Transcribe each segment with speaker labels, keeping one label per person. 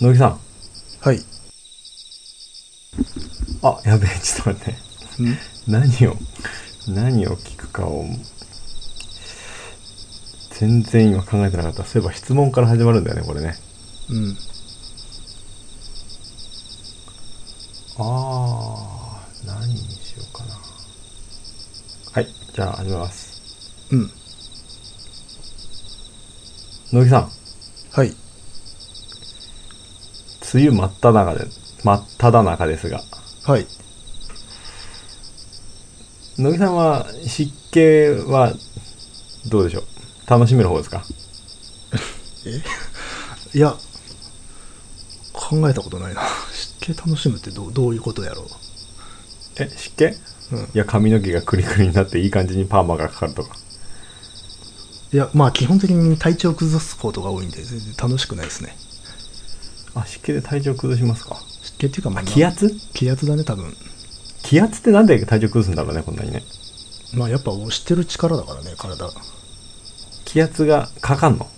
Speaker 1: 野木さん。
Speaker 2: はい。
Speaker 1: あ、やべえ、ちょっと待って。何を、何を聞くかを、全然今考えてなかった。そういえば質問から始まるんだよね、これね。
Speaker 2: うん。
Speaker 1: あー、何にしようかな。はい、じゃあ始めます。
Speaker 2: うん。
Speaker 1: 野木さん、
Speaker 2: はい。
Speaker 1: 梅雨真っ只中で、真っ只中ですが。
Speaker 2: はい。
Speaker 1: 野木さんは湿気は、どうでしょう楽しめる方ですか
Speaker 2: いや、考えたことない な。湿気楽しむってどうどういうことやろ
Speaker 1: え、湿気
Speaker 2: う。うん。
Speaker 1: いや、髪の毛がクリクリになっていい感じにパーマがかかるとか。
Speaker 2: いや、まあ基本的に体調崩すことが多いんで、全然楽しくないですね。
Speaker 1: あ、湿気で体調崩しますか。
Speaker 2: 湿気っていうか、まあ、
Speaker 1: 気圧
Speaker 2: 気圧だね、多分。
Speaker 1: 気圧ってなんで体調崩すんだろうね、こんなにね。
Speaker 2: まあやっぱ押してる力だからね、体。
Speaker 1: 気圧がかかんの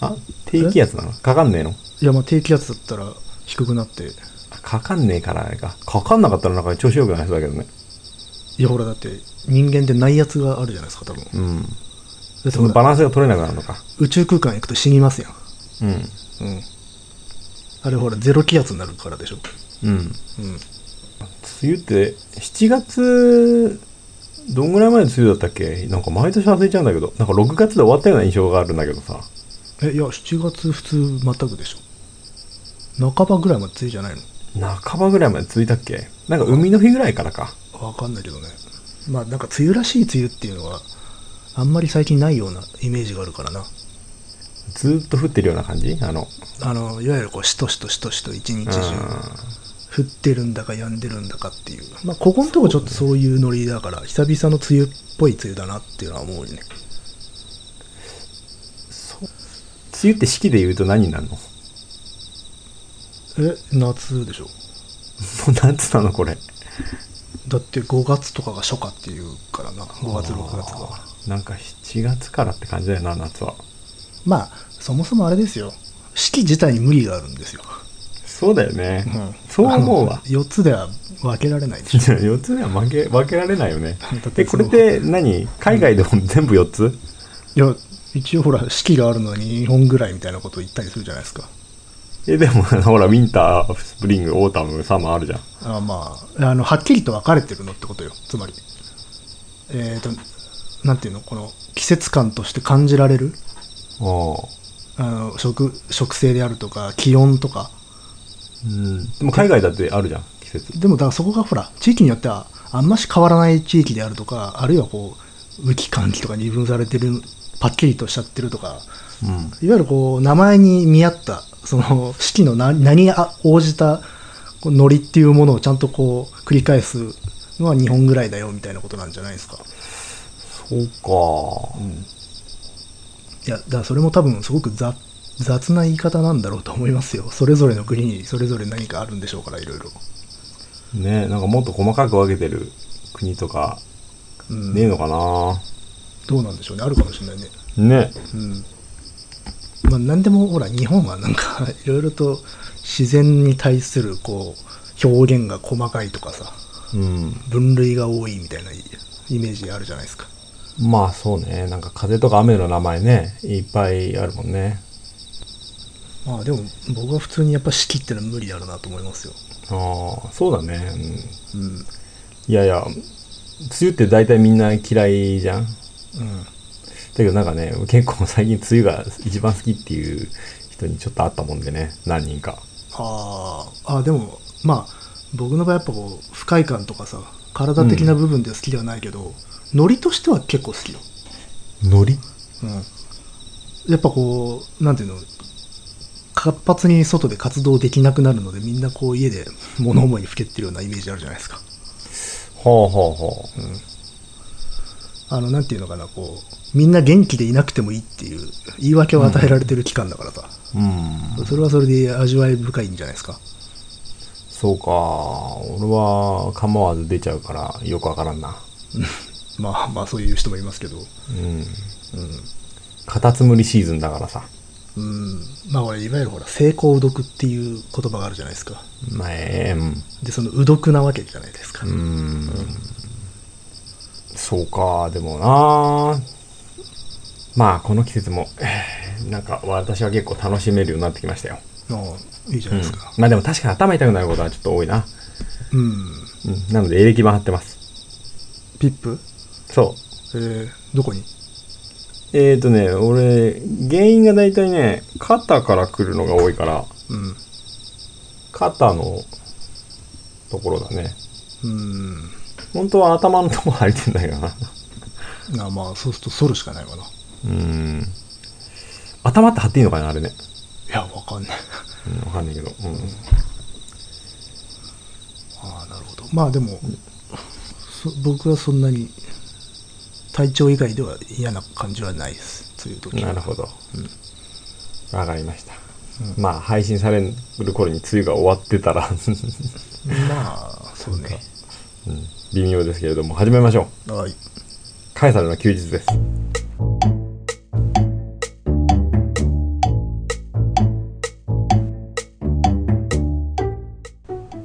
Speaker 1: あ、低気圧なのかかんねえの
Speaker 2: いや、まあ低気圧だったら低くなって、
Speaker 1: あかかんねえからあれか。かかんなかったらなんか調子良くなりそうだけどね。
Speaker 2: いやほらだって人間って内圧があるじゃないですか、多分。
Speaker 1: うん。
Speaker 2: で
Speaker 1: そのバランスが取れなくなるのか。
Speaker 2: 宇宙空間行くと死にますやん。
Speaker 1: うん。
Speaker 2: うん。あれほら、ゼロ気圧になるからでしょ。
Speaker 1: うん。
Speaker 2: うん。
Speaker 1: 梅雨って、7月、どんぐらい前の梅雨だったっけなんか毎年忘れちゃうんだけど、なんか6月で終わったような印象があるんだけどさ。
Speaker 2: え、いや、7月普通全くでしょ。半ばぐらいまで梅雨じゃないの
Speaker 1: 半ばぐらいまで続いたっけなんか海の日ぐらいからか。
Speaker 2: わかんないけどね。まあ、なんか梅雨らしい梅雨っていうのは、あんまり最近ないようなイメージがあるからな。
Speaker 1: ずーっと降ってるような感じあの、
Speaker 2: あの、いわゆるこう、しとしとしとしと一日中、降ってるんだか止んでるんだかっていう。まあ、ここのとこちょっとそういうノリだから、久々の梅雨っぽい梅雨だなっていうのは思うよね。
Speaker 1: 梅雨って四季で言うと何になるの も
Speaker 2: え、夏でしょ。
Speaker 1: う夏なのこれ。
Speaker 2: だって5月とかが初夏っていうからな。5月、6月が。
Speaker 1: なんか7月からって感じだよな、夏は。
Speaker 2: まあそもそもあれですよ四季自体に無理があるんですよ、
Speaker 1: そうだよね。
Speaker 2: うん
Speaker 1: そう思うわ。
Speaker 2: 4つでは分けられないでしょ
Speaker 1: じゃあ4つには負け、分けられないよね
Speaker 2: だっ。て
Speaker 1: え、これって何海外でも全部4つ
Speaker 2: いや一応ほら四季があるのに2本ぐらいみたいなこと言ったりするじゃないですか
Speaker 1: え、でもあ のほら、ウィンター、スプリング、オータム、サマーあるじゃん。
Speaker 2: あまああのはっきりと分かれてるのってことよつまりえっ、となんていうのこの季節感として感じられる
Speaker 1: お
Speaker 2: あの食食性であるとか気温とか
Speaker 1: うん。でも海外だってあるじゃん、季節。
Speaker 2: でもだからそこがほら地域によってはあんまし変わらない地域であるとかあるいはこう雨季寒季とかに分されてるパッキリとしちゃってるとか
Speaker 1: うん。
Speaker 2: いわゆるこう名前に見合ったその四季の何何に応じたこうノリっていうものをちゃんとこう繰り返すのは日本ぐらいだよみたいなことなんじゃないですか。
Speaker 1: そうか。
Speaker 2: いやだからそれも多分すごく雑雑な言い方なんだろうと思いますよ。それぞれの国にそれぞれ何かあるんでしょうからいろいろ。
Speaker 1: ねなんかもっと細かく分けてる国とか
Speaker 2: うん
Speaker 1: ねえのかな、
Speaker 2: どうなんでしょうねあるかもしれないね。
Speaker 1: ね
Speaker 2: うんまあ、何でもほら日本はなんか いろいろと自然に対するこう表現が細かいとかさ
Speaker 1: うん
Speaker 2: 分類が多いみたいなイメージあるじゃないですか
Speaker 1: まあそうねなんか風とか雨の名前ねいっぱいあるもんね
Speaker 2: まあでも僕は普通にやっぱ四季ってのは無理だろうなと思いますよ、
Speaker 1: ああそうだね、うん、
Speaker 2: うんうん、
Speaker 1: いやいや梅雨って大体みんな嫌いじゃんだけどなんかね結構最近梅雨が一番好きっていう人にちょっと会ったもんでね何人か
Speaker 2: あーあーでもまあ僕の場合やっぱこう不快感とかさ体的な部分では好きではないけど、ノリとしては結構好きよ
Speaker 1: ノリ
Speaker 2: やっぱこう、なんていうの、活発に外で活動できなくなるので、みんなこう家で物思いにふけってるようなイメージあるじゃないですか。
Speaker 1: ほうほうほう
Speaker 2: あの、なんていうのかな、こう、みんな元気でいなくてもいいっていう言い訳を与えられてる期間だからさ、
Speaker 1: うん
Speaker 2: それはそれで味わい深いんじゃないですか。
Speaker 1: そうか俺は構わず出ちゃうからよくわからんな
Speaker 2: まあまあそういう人もいますけど、
Speaker 1: うんカタツムリシーズンだからさ。
Speaker 2: うんまあ俺いわゆるほら成功うどくっていう言葉があるじゃないですか
Speaker 1: まあ、ええうん
Speaker 2: でそのうどくなわけじゃないですか、
Speaker 1: うーんそうか、でもなまあ、この季節も、 えーなんか私は結構楽しめるようになってきましたよ。
Speaker 2: ああいいじゃないですか
Speaker 1: まあでも確かに頭痛くなることはちょっと多いな。
Speaker 2: うん、
Speaker 1: うん、なので、エレキ板貼ってます。
Speaker 2: ピップ
Speaker 1: そ
Speaker 2: えー、どこに
Speaker 1: う。えーとね、俺、原因が大体ね、肩から来るのが多いから、
Speaker 2: うん
Speaker 1: 肩のところだね。
Speaker 2: うん
Speaker 1: 本当は頭のとこ貼りてんだけどな。
Speaker 2: あまあそうすると反るしかないわない
Speaker 1: うん。頭って貼っていいのかな、あれね。
Speaker 2: やわかんない
Speaker 1: うん、わかんないけど。うん
Speaker 2: ああなるほどまあでも、そ僕はそんなに体調以外では嫌な感じはないですという時
Speaker 1: なるほど。わかりました。まあ、配信される頃に梅雨が終わってた ら、
Speaker 2: まあそうね
Speaker 1: うん微妙ですけれども、始めましょう。
Speaker 2: はい
Speaker 1: カエサルの休日です。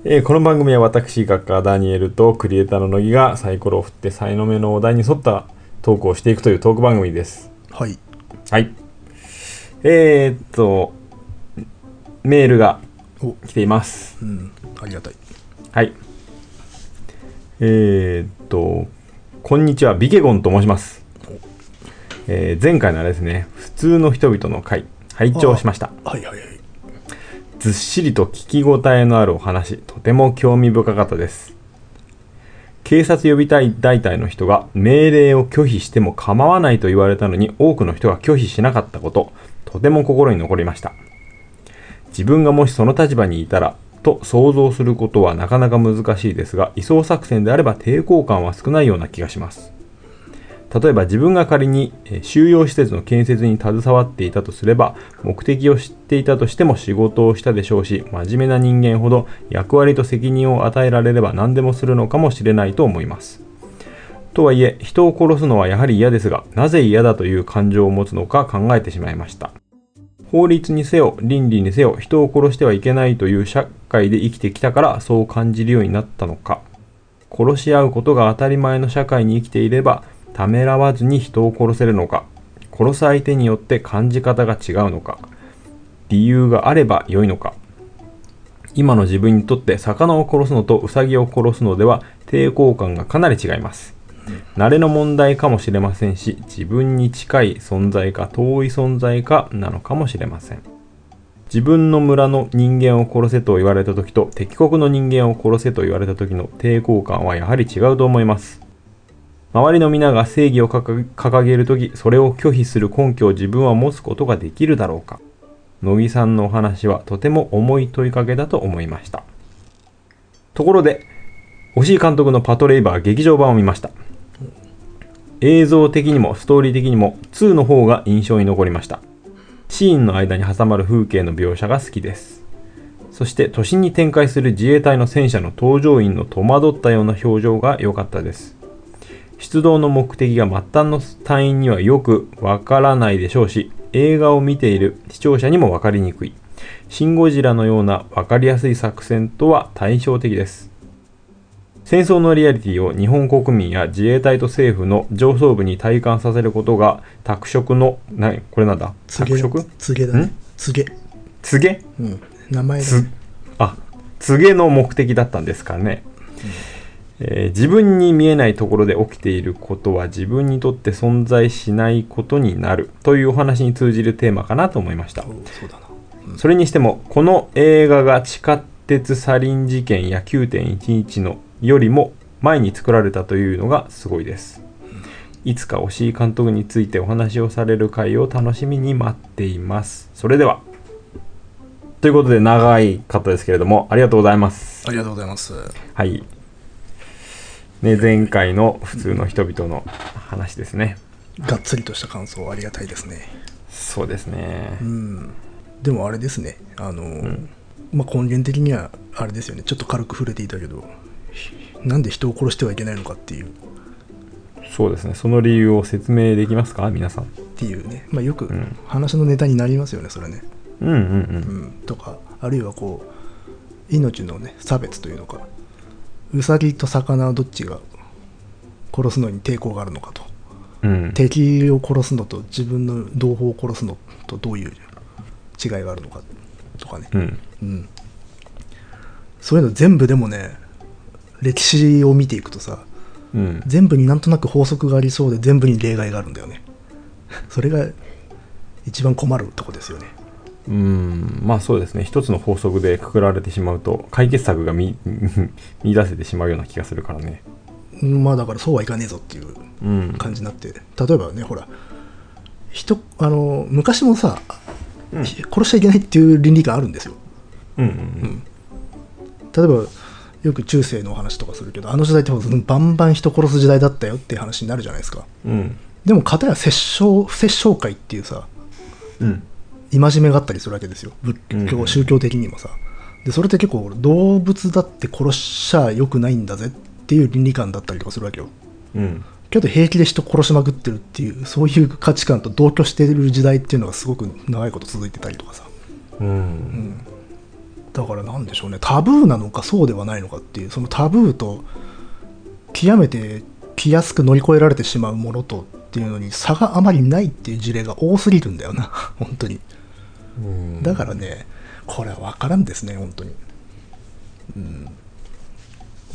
Speaker 1: えーこの番組は私、画家ダニエルとクリエイターの乃木がサイコロを振って才の目のお題に沿ったトークをしていくというトーク番組です。
Speaker 2: はい
Speaker 1: はい。えー、っと、メールが
Speaker 2: お
Speaker 1: 来ています。
Speaker 2: うんありがたい
Speaker 1: はい。えー、っと、こんにちは、ビケゴンと申します。えー前回のあれですね、普通の人々の会、拝聴しました。
Speaker 2: はいはいはい
Speaker 1: ずっしりと聞き応えのあるお話、とても興味深かったです。警察予備隊大隊の人が命令を拒否しても構わないと言われたのに多くの人が拒否しなかったこと、とても心に残りました。自分がもしその立場にいたら、と想像することはなかなか難しいですが、移送作戦であれば抵抗感は少ないような気がします。例えば自分が仮にえー収容施設の建設に携わっていたとすれば目的を知っていたとしても仕事をしたでしょうし真面目な人間ほど役割と責任を与えられれば何でもするのかもしれないと思いますとはいえ人を殺すのはやはり嫌ですがなぜ嫌だという感情を持つのか考えてしまいました法律にせよ倫理にせよ人を殺してはいけないという社会で生きてきたからそう感じるようになったのか殺し合うことが当たり前の社会に生きていればためらわずに人を殺せるのか殺す相手によって感じ方が違うのか理由があれば良いのか今の自分にとって魚を殺すのとウサギを殺すのでは抵抗感がかなり違います慣れの問題かもしれませんし自分に近い存在か遠い存在かなのかもしれません自分の村の人間を殺せと言われた時と敵国の人間を殺せと言われた時の抵抗感はやはり違うと思います周りの皆が正義を掲げ掲げるとき、それを拒否する根拠を自分は持つことができるだろうか。乃木さんのお話はとても重い問いかけだと思いました。ところで、押井監督のパトレイバー劇場版を見ました。映像的にもストーリー的にも2の方が印象に残りました。シーンの間に挟まる風景の描写が好きです。そして都心に展開する自衛隊の戦車の搭乗員の戸惑ったような表情が良かったです。出動の目的が末端の隊員にはよくわからないでしょうし映画を見ている視聴者にもわかりにくいシン・ゴジラのようなわかりやすい作戦とは対照的です戦争のリアリティを日本国民や自衛隊と政府の上層部に体感させることが拓殖のなこれなんだ拓殖
Speaker 2: 告げだね
Speaker 1: ん
Speaker 2: 告げ
Speaker 1: 告げ
Speaker 2: うん名前だ
Speaker 1: つ
Speaker 2: ね
Speaker 1: あ告げの目的だったんですかね、えー自分に見えないところで起きていることは自分にとって存在しないことになるというお話に通じるテーマかなと思いました
Speaker 2: おうそうだな
Speaker 1: それにしてもこの映画が地下鉄サリン事件や9.11のよりも前に作られたというのがすごいですいつか押井監督についてお話をされる回を楽しみに待っていますそれではということで長い方ですけれどもありがとうございます
Speaker 2: ありがとうございます
Speaker 1: はい、ね、前回の普通の人々の話ですね
Speaker 2: がっつりとした感想ありがたいですね
Speaker 1: そうですね
Speaker 2: うんでもあれですねあの、まあ根源的にはあれですよねちょっと軽く触れていたけどなんで人を殺してはいけないのかっていう
Speaker 1: そうですねその理由を説明できますか皆さん
Speaker 2: っていうね、まあ、よく
Speaker 1: ん
Speaker 2: 話のネタになりますよねそれね、
Speaker 1: うんうんうん
Speaker 2: うん、とかあるいはこう命のね差別というのかウサギと魚はどっちが殺すのに抵抗があるのかと
Speaker 1: うん
Speaker 2: 敵を殺すのと自分の同胞を殺すのとどういう違いがあるのかとかね、
Speaker 1: うん
Speaker 2: うん、そういうの全部でもね歴史を見ていくとさ
Speaker 1: うん
Speaker 2: 全部になんとなく法則がありそうで全部に例外があるんだよねそれが一番困るとこですよね
Speaker 1: うんまあそうですね一つの法則でくくられてしまうと解決策が見見出せてしまうような気がするからね
Speaker 2: うんまあだからそうはいかねえぞっていう
Speaker 1: うん
Speaker 2: 感じになって例えばねほら人あの昔もさ、
Speaker 1: うん
Speaker 2: 殺しちゃいけないっていう倫理観あるんですよ
Speaker 1: うんうん
Speaker 2: 例えばよく中世のお話とかするけどあの時代ってほんとバンバン人殺す時代だったよっていう話になるじゃないですか
Speaker 1: うん
Speaker 2: でも片や殺生殺生会っていうさ
Speaker 1: うん
Speaker 2: 戒めがあったりするわけですよ仏教、
Speaker 1: うん
Speaker 2: 宗教的にもさでそれって結構動物だって殺しちゃよくないんだぜっていう倫理観だったりとかするわけよ
Speaker 1: うん
Speaker 2: けど平気で人殺しまくってるっていうそういう価値観と同居してる時代っていうのがすごく長いこと続いてたりとかさ
Speaker 1: うん
Speaker 2: だからなんでしょうねタブーなのかそうではないのかっていうそのタブーと極めて気安く乗り越えられてしまうものとっていうのに差があまりないっていう事例が多すぎるんだ よな本当に
Speaker 1: うん
Speaker 2: だからねこれは分からんですね本当に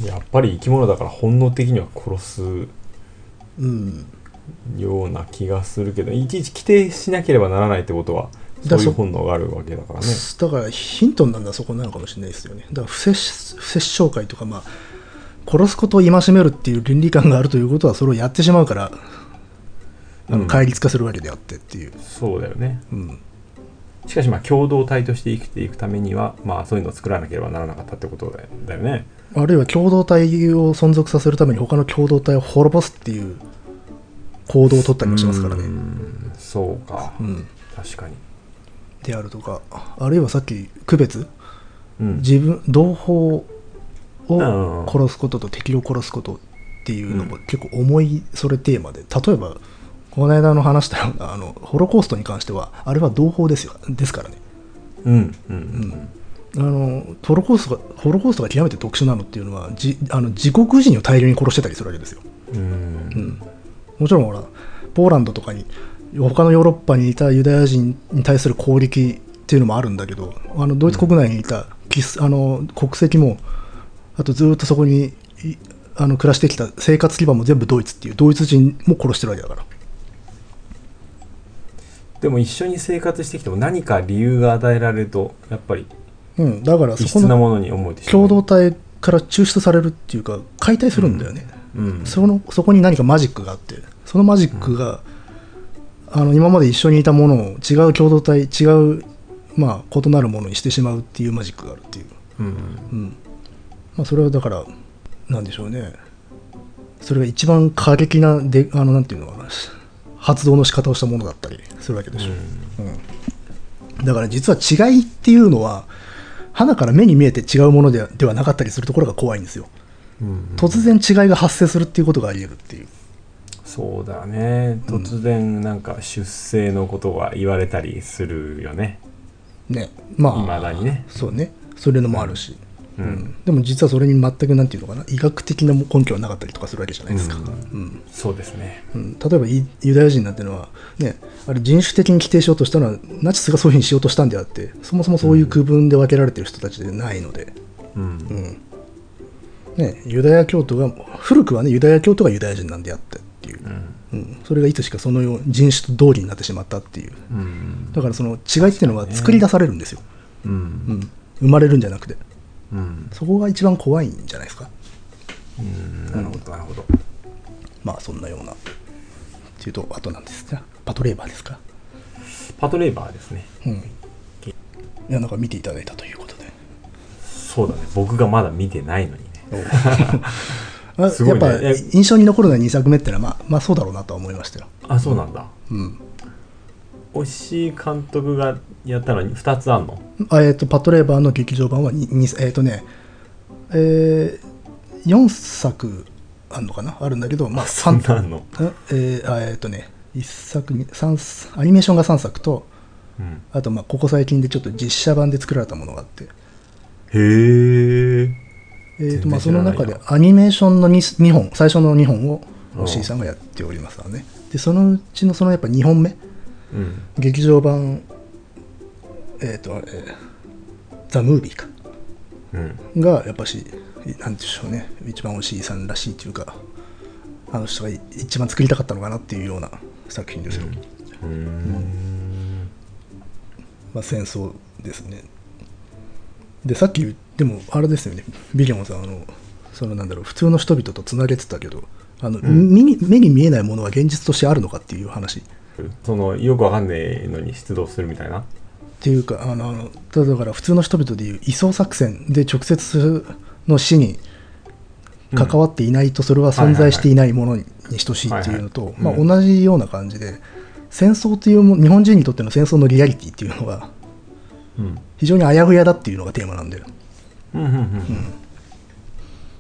Speaker 1: やっぱり生き物だから本能的には殺
Speaker 2: うん
Speaker 1: すような気がするけどいちいち規定しなければならないってことはそ
Speaker 2: だ
Speaker 1: うい
Speaker 2: そう
Speaker 1: 本能があるわけだからね
Speaker 2: だからヒントになるのはそこなのかもしれないですよねだから不殺不殺生会とかまあ殺すことを戒めるっていう倫理観があるということはそれをやってしまうからあ
Speaker 1: う
Speaker 2: の
Speaker 1: ん
Speaker 2: 戒律化するわけであってっていう、
Speaker 1: そうだよね
Speaker 2: うん、
Speaker 1: しかしまあ共同体として生きていくためにはまあそういうのを作らなければならなかったってことだよだよね
Speaker 2: あるいは共同体を存続させるために他の共同体を滅ぼすっていう行動を取ったりもしますからね。
Speaker 1: うんそうか
Speaker 2: うん
Speaker 1: 確かに
Speaker 2: であるとかあるいはさっき区別
Speaker 1: うん
Speaker 2: 自分同胞
Speaker 1: うん
Speaker 2: を殺すことと敵を殺すことっていうのも結構重いそれテーマで例えばこの間の話したようなあのホロコーストに関してはあれは同胞ですよですからね。
Speaker 1: うんうん
Speaker 2: あのホロコーストがホロコーストが極めて特殊なのっていうのはじあの自国人を大量に殺してたりするわけですよ。
Speaker 1: うんうん
Speaker 2: もちろんほらポーランドとかに他のヨーロッパにいたユダヤ人に対する攻撃っていうのもあるんだけどあのドイツ国内にいたキスあの国籍もあとずーっとそこにいあの暮らしてきた生活基盤も全部ドイツっていうドイツ人も殺してるわけだから
Speaker 1: でも一緒に生活してきても何か理由が与えられるとやっぱり
Speaker 2: うんだからそ
Speaker 1: 異
Speaker 2: こ
Speaker 1: 質な
Speaker 2: の
Speaker 1: ものに思えてしま
Speaker 2: 共
Speaker 1: う
Speaker 2: 同体から抽出されるっていうか解体するんだよね、
Speaker 1: うん
Speaker 2: そのそこに何かマジックがあってそのマジックが、あの今まで一緒にいたものを違う共同体違う、まあ、異なるものにしてしまうっていうマジックがあるっていう、
Speaker 1: うん
Speaker 2: うんまあ、それはだからなんでしょうねそれが一番過激なであのなんていうのかな発動の仕方をしたものだったりするわけでしょ、うんだから実は違いっていうのは花から目に見えて違うものではではなかったりするところが怖いんですよ
Speaker 1: うん
Speaker 2: 突然違いが発生するっていうことがあり得るっていう
Speaker 1: そうだね突然なんか出生のことが言われたりするよね
Speaker 2: ねま
Speaker 1: い
Speaker 2: あ
Speaker 1: まだにね
Speaker 2: そうねそういうのもあるし、
Speaker 1: うん
Speaker 2: うんでも実はそれに全くなんていうのかな医学的な根拠はなかったりとかするわけじゃないですか、
Speaker 1: う
Speaker 2: うんん
Speaker 1: そうですね
Speaker 2: うん例えばイユダヤ人なんてのは、ね、あれ人種的に規定しようとしたのはナチスがそういうふうにしようとしたんであってそもそもそういう区分で分けられてる人たちでないので、
Speaker 1: うん
Speaker 2: うんね、ユダヤ教徒が古くはねユダヤ教徒がユダヤ人なんであってっていう、
Speaker 1: うん
Speaker 2: うんそれがいつしかそのよう人種と同理になってしまったっていう
Speaker 1: うん
Speaker 2: だからその違いっていうのは作り出されるんですよ、
Speaker 1: うん
Speaker 2: うん、生まれるんじゃなくて。
Speaker 1: うん
Speaker 2: そこが一番怖いんじゃないですか
Speaker 1: なるほどなるほど
Speaker 2: まあそんなようなっていうとあとなんですがパトレーバーですか
Speaker 1: パトレーバーですね
Speaker 2: うんいやなんか見ていただいたということで
Speaker 1: そうだね僕がまだ見てないのにね
Speaker 2: あ
Speaker 1: すごいね
Speaker 2: やっぱ
Speaker 1: え
Speaker 2: 印象に残るのは2作目ってのはまあまあそうだろうなとは思いましたよ
Speaker 1: あそうなんだ
Speaker 2: うん
Speaker 1: 押井監督がやったのに2つあんの
Speaker 2: あえっ、とパトレーバーの劇場版はににえっ、とねえー、4作あるのかなあるんだけどまあ
Speaker 1: そん
Speaker 2: 3
Speaker 1: なあんの
Speaker 2: えー、あえっ、とね一作に三アニメーションが3作と
Speaker 1: うん、
Speaker 2: あとまあここ最近でちょっと実写版で作られたものがあって、
Speaker 1: へえ
Speaker 2: えーとまあ、
Speaker 1: 全然知ら
Speaker 2: その
Speaker 1: ないな
Speaker 2: 中でアニメーションの 2, 二本最初の2本を押井さんがやっておりますわねでそのうちのそのやっぱ2本目
Speaker 1: うん
Speaker 2: 劇場版えっ、とあれザ・ムービーか
Speaker 1: うん
Speaker 2: がやっぱし何でしょうね一番押井さんらしいというかあの人が一番作りたかったのかなっていうような作品ですよ、
Speaker 1: うーん
Speaker 2: まあ、戦争ですねでさっき言でもあれですよねビリオンさんあのそのなんだろう普通の人々とつなげてたけどあの、目に目に見えないものは現実としてあるのかっていう話っ
Speaker 1: そのよくわかんないのに出動するみたいな
Speaker 2: ていうかあのあのただだから普通の人々でいう移送作戦で直接の死に関わっていないとそれは存在していないものに等しいっていうの
Speaker 1: はい
Speaker 2: と
Speaker 1: はい
Speaker 2: ま
Speaker 1: は
Speaker 2: あ
Speaker 1: いうん
Speaker 2: 同じような感じで戦争というも日本人にとっての戦争のリアリティっていうのは
Speaker 1: うん
Speaker 2: 非常にあやふやだっていうのがテーマなんだよ。
Speaker 1: うんうんうん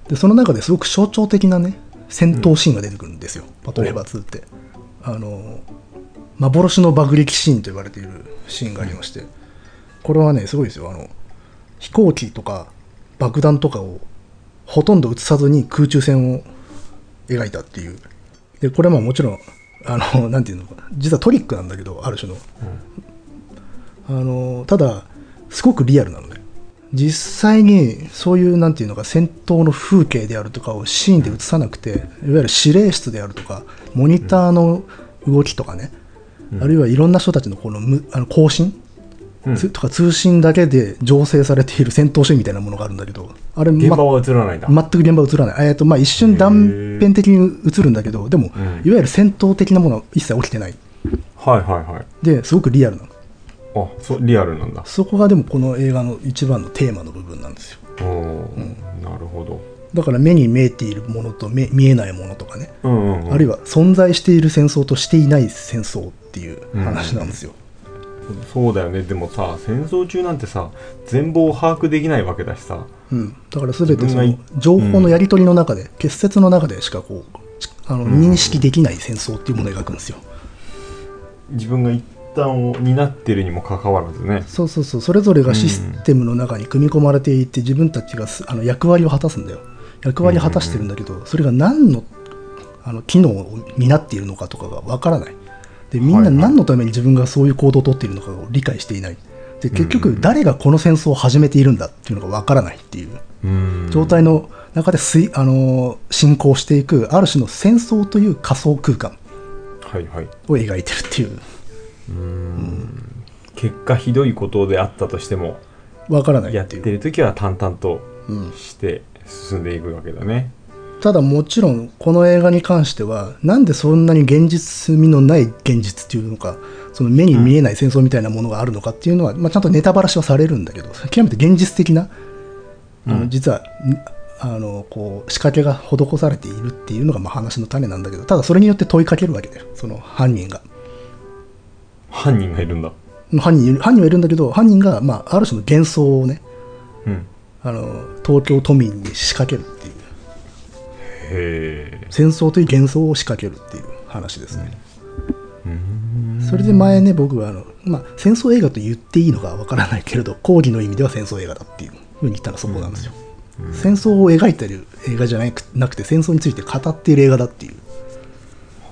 Speaker 2: でその中ですごく象徴的なね戦闘シーンが出てくるんですよ、パトレーバー2ってあの幻の爆撃シーンと言われているシーンがありまして、これはねすごいですよあの飛行機とか爆弾とかをほとんど映さずに空中戦を描いたっていうでこれはまあもちろんあの なんていうのかな実はトリックなんだけどある種の、あのただすごくリアルなのね実際にそういうなんていうのか戦闘の風景であるとかをシーンで映さなくていわゆる指令室であるとかモニターの動きとかね、あるいはいろんな人たちのこのむあの更新、
Speaker 1: うん
Speaker 2: つとか通信だけで醸成されている戦闘シーンみたいなものがあるんだけどあれ、ま
Speaker 1: 現場は映らないんだ、
Speaker 2: 全く現場映らない、えーとまあ、一瞬断片的に映るんだけどでも、
Speaker 1: うん
Speaker 2: いわゆる戦闘的なものは一切起きてない
Speaker 1: はいはいはい
Speaker 2: ですごくリアルなの
Speaker 1: あそうリアルなんだ
Speaker 2: そこがでもこの映画の一番のテーマの部分なんですよ
Speaker 1: おお、なるほど
Speaker 2: だから目に見えているものと目見えないものとかね、
Speaker 1: うんうん、うん、
Speaker 2: あるいは存在している戦争としていない戦争っていう話なんですよ、
Speaker 1: そうだよねでもさ戦争中なんてさ全貌を把握できないわけだしさ
Speaker 2: うんだから全てそ
Speaker 1: 自
Speaker 2: の
Speaker 1: 分
Speaker 2: 情報のやり取りの中で、結節の中でしかこうちあの認識できない戦争っていうものを描くんですよ、
Speaker 1: 自分が一旦を担ってるにもかかわらずね
Speaker 2: そうそうそうそれぞれがシステムの中に組み込まれていて自分たちがすあの役割を果たすんだよ役割を果たしてるんだけど、それが何のあの機能を担っているのかとかがわからないでみん
Speaker 1: はい
Speaker 2: な
Speaker 1: はい
Speaker 2: 何のために自分がそういう行動をとっているのかを理解していないで結局誰がこの戦争を始めているんだっていうのがわからないっていう
Speaker 1: うん
Speaker 2: 状態の中で推あの進行していくある種の戦争という仮想空間
Speaker 1: はいはい
Speaker 2: を描いてるっていう
Speaker 1: 結果ひどいことであったとしても
Speaker 2: わからない
Speaker 1: やっ
Speaker 2: ってていう。
Speaker 1: る時は淡々と
Speaker 2: うん
Speaker 1: して進んでいくわけだね
Speaker 2: ただもちろんこの映画に関してはなんでそんなに現実味のない現実っていうのかその目に見えない戦争みたいなものがあるのかっていうのは、まあ、ちゃんとネタバラしはされるんだけど極めて現実的なあの実は、んあのこう仕掛けが施されているっていうのがまあ話の種なんだけどただそれによって問いかけるわけだよその犯人が
Speaker 1: 犯人がいるんだ
Speaker 2: 犯人いる犯人はいるんだけど犯人が、まあ、ある種の幻想をね
Speaker 1: うん
Speaker 2: あの東京都民に仕掛けるっていう
Speaker 1: へえ
Speaker 2: 戦争という幻想を仕掛けるっていう話ですね、
Speaker 1: うん
Speaker 2: それで前ね僕はあの、まあ、戦争映画と言っていいのかわからないけれど抗義の意味では戦争映画だっていうふうに言ったらそこなんですよ、戦争を描いてる映画じゃなくなくて戦争について語っている映画だっていう